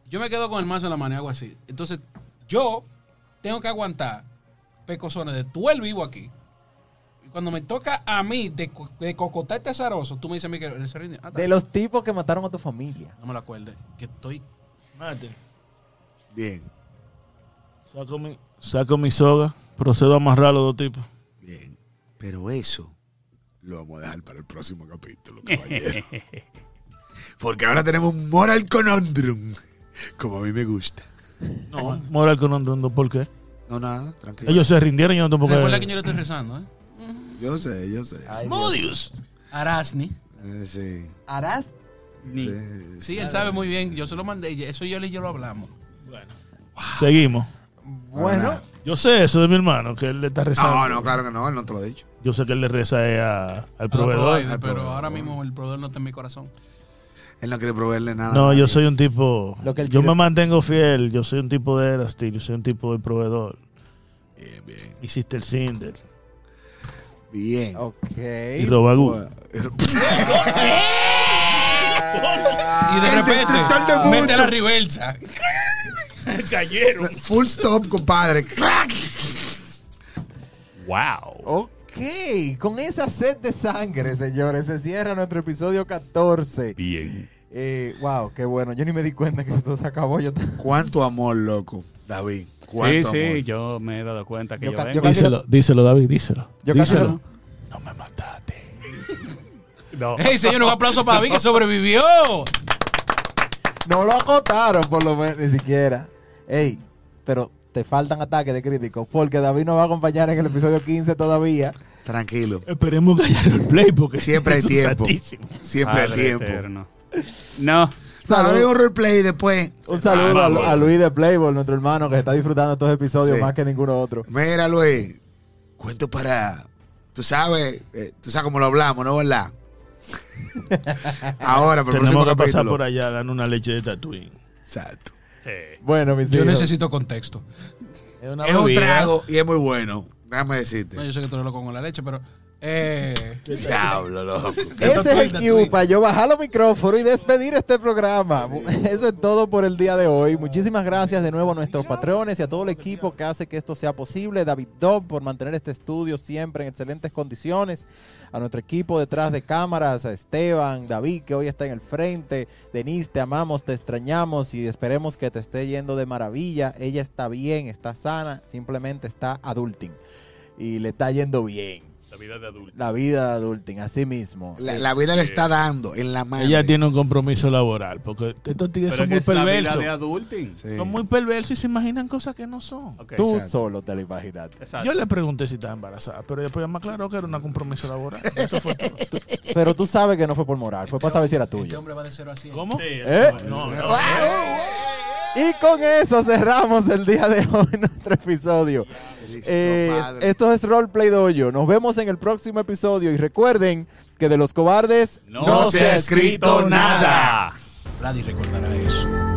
[SPEAKER 4] Yo me quedo con el mazo en la mano y hago así. Entonces, yo tengo que aguantar pecosones de tú el vivo aquí. Y cuando me toca a mí de, co- de cocotarte azaroso, tú me dices a mí que eres serrín. Ah,
[SPEAKER 3] De los tipos que mataron a tu familia.
[SPEAKER 4] No me lo acuerde. Que estoy.
[SPEAKER 6] Mate.
[SPEAKER 1] Bien,
[SPEAKER 6] Saco mi, saco mi soga, procedo a amarrar a los dos tipos.
[SPEAKER 1] bien. Pero eso lo vamos a dejar para el próximo capítulo,
[SPEAKER 6] (laughs)
[SPEAKER 1] caballero. Porque ahora tenemos un moral conundrum, como a mí me gusta.
[SPEAKER 4] Oh.
[SPEAKER 6] No. Moral con un ¿por qué?
[SPEAKER 1] No, nada, tranquilo.
[SPEAKER 6] Ellos se rindieron, yo no tengo por
[SPEAKER 4] Recuerda
[SPEAKER 6] qué.
[SPEAKER 4] que yo le estoy rezando, ¿eh?
[SPEAKER 1] Yo sé, yo sé.
[SPEAKER 3] Ay, Dios.
[SPEAKER 6] ¡Modius!
[SPEAKER 4] Arasni.
[SPEAKER 1] Eh, sí,
[SPEAKER 3] Harás
[SPEAKER 5] Ni-
[SPEAKER 1] sí,
[SPEAKER 4] Sí, él sabe muy bien. Yo se lo mandé. y Eso yo y yo lo hablamos.
[SPEAKER 6] Seguimos.
[SPEAKER 3] Bueno,
[SPEAKER 1] nada.
[SPEAKER 6] Yo sé eso de mi hermano, que él le está rezando.
[SPEAKER 1] No, no, claro que no, él no te lo ha dicho.
[SPEAKER 6] Yo sé que él le reza eh, a- al
[SPEAKER 4] A los
[SPEAKER 6] proveedor.
[SPEAKER 4] providers,
[SPEAKER 1] al
[SPEAKER 4] pero
[SPEAKER 1] proveedor.
[SPEAKER 4] ahora mismo el proveedor no está en mi corazón.
[SPEAKER 1] Él no quiere proveerle nada.
[SPEAKER 6] No, yo soy un tipo.
[SPEAKER 3] Lo que él
[SPEAKER 6] yo
[SPEAKER 3] quiere.
[SPEAKER 6] me mantengo fiel. Yo soy un tipo de Erastil. Yo soy un tipo de proveedor.
[SPEAKER 1] Bien, bien.
[SPEAKER 6] Hiciste el Cinder.
[SPEAKER 1] Bien.
[SPEAKER 6] Oh, Y
[SPEAKER 3] ok.
[SPEAKER 6] Robagú.
[SPEAKER 1] Bueno,
[SPEAKER 5] (laughs)
[SPEAKER 3] Ah,
[SPEAKER 4] Y Ah, de
[SPEAKER 1] El
[SPEAKER 4] repente,
[SPEAKER 1] destructor del mundo.
[SPEAKER 4] mete la reversa.
[SPEAKER 6] Cayeron.
[SPEAKER 1] Full stop, compadre. ¡Crack!
[SPEAKER 6] ¡Wow!
[SPEAKER 3] Ok, con esa sed de sangre, señores, se cierra nuestro episodio 14.
[SPEAKER 6] Bien.
[SPEAKER 3] Eh, wow, qué bueno. Yo ni me di cuenta que esto se acabó. Yo, yo
[SPEAKER 1] ¿Cuánto amor, loco, David?
[SPEAKER 5] Sí,
[SPEAKER 1] ¿Cuánto
[SPEAKER 5] sí,
[SPEAKER 1] amor?
[SPEAKER 5] yo me he dado cuenta que
[SPEAKER 3] Yo
[SPEAKER 5] yo,
[SPEAKER 3] ca-
[SPEAKER 5] vengo.
[SPEAKER 3] yo
[SPEAKER 6] Díselo, díselo, David, díselo.
[SPEAKER 3] casi
[SPEAKER 6] díselo.
[SPEAKER 3] lo-
[SPEAKER 6] No me mataste.
[SPEAKER 5] No.
[SPEAKER 4] Hey, señor, un aplauso para David que sobrevivió.
[SPEAKER 3] no lo acotaron, por lo menos, ni siquiera. Ey, pero te faltan ataques de críticos, porque David nos va a acompañar en el episodio 15 todavía.
[SPEAKER 1] Tranquilo.
[SPEAKER 6] Esperemos que haya el play porque
[SPEAKER 1] Siempre hay
[SPEAKER 6] (laughs) eso es
[SPEAKER 1] tiempo.
[SPEAKER 6] santísimo.
[SPEAKER 1] Siempre a
[SPEAKER 5] Padre
[SPEAKER 1] tiempo.
[SPEAKER 5] eterno. No,
[SPEAKER 1] Claro, hay un roleplay después.
[SPEAKER 3] Un saludo a, a Luis de Playboy, nuestro hermano, que está disfrutando estos episodios
[SPEAKER 1] Sí.
[SPEAKER 3] más que ninguno otro.
[SPEAKER 1] Mira, Luis, cuento para. Tú sabes, eh, tú sabes cómo lo hablamos, ¿no, verdad? Ahora, pero el próximo
[SPEAKER 6] Tenemos que pasar
[SPEAKER 1] capítulo.
[SPEAKER 6] por allá, dan una leche de Tatooine.
[SPEAKER 1] Exacto.
[SPEAKER 3] Bueno, mis
[SPEAKER 4] Yo
[SPEAKER 3] hijos.
[SPEAKER 4] necesito contexto.
[SPEAKER 1] Es un trago y es muy bueno. Déjame
[SPEAKER 4] No,
[SPEAKER 1] decirte.
[SPEAKER 4] yo sé que tú no lo comes con la leche, pero. Eh,
[SPEAKER 1] Diablo, loco.
[SPEAKER 3] Ese es el cue
[SPEAKER 4] Tatooine, Tatooine.
[SPEAKER 3] para yo bajar los micrófonos y despedir este programa. Eso es todo por el día de hoy. Muchísimas gracias de nuevo a nuestros patrones y a todo el equipo que hace que esto sea posible. David Dobb por mantener este estudio siempre en excelentes condiciones. A nuestro equipo detrás de cámaras, a Esteban, David que hoy está en el frente. Denise, te amamos, te extrañamos y esperemos que te esté yendo de maravilla. Ella está bien, está sana, simplemente está adulting y le está yendo bien.
[SPEAKER 5] La vida de adulto.
[SPEAKER 3] La vida de adulting, así mismo.
[SPEAKER 1] La, la vida le está dando en la mano.
[SPEAKER 6] Ella tiene un compromiso laboral porque estos tigres
[SPEAKER 5] Pero
[SPEAKER 6] son
[SPEAKER 5] es que es
[SPEAKER 6] muy
[SPEAKER 5] la vida
[SPEAKER 6] perversos.
[SPEAKER 5] de adulting.
[SPEAKER 1] Sí.
[SPEAKER 6] Son muy perversos y se imaginan cosas que no son.
[SPEAKER 5] Ok,
[SPEAKER 3] Tú
[SPEAKER 1] Exacto.
[SPEAKER 3] solo te lo imaginaste.
[SPEAKER 5] exacto.
[SPEAKER 6] Yo le pregunté si estaba embarazada, pero después ya me aclaró que era un compromiso laboral. Eso fue todo.
[SPEAKER 3] Pero tú sabes que no fue por moral, fue para saber si era
[SPEAKER 4] Este
[SPEAKER 3] tuyo.
[SPEAKER 4] hombre va de 0 a 100.
[SPEAKER 6] ¿Cómo?
[SPEAKER 5] Sí,
[SPEAKER 3] ¿Eh?
[SPEAKER 6] No, no.
[SPEAKER 3] Y con eso cerramos el día de hoy (laughs) nuestro episodio.
[SPEAKER 1] Cristo
[SPEAKER 3] Eh,
[SPEAKER 1] Padre.
[SPEAKER 3] esto es Roleplay Dojo. Nos vemos en el próximo episodio y recuerden que de los cobardes
[SPEAKER 5] No se ha escrito nada.
[SPEAKER 4] Vladi recordará eso.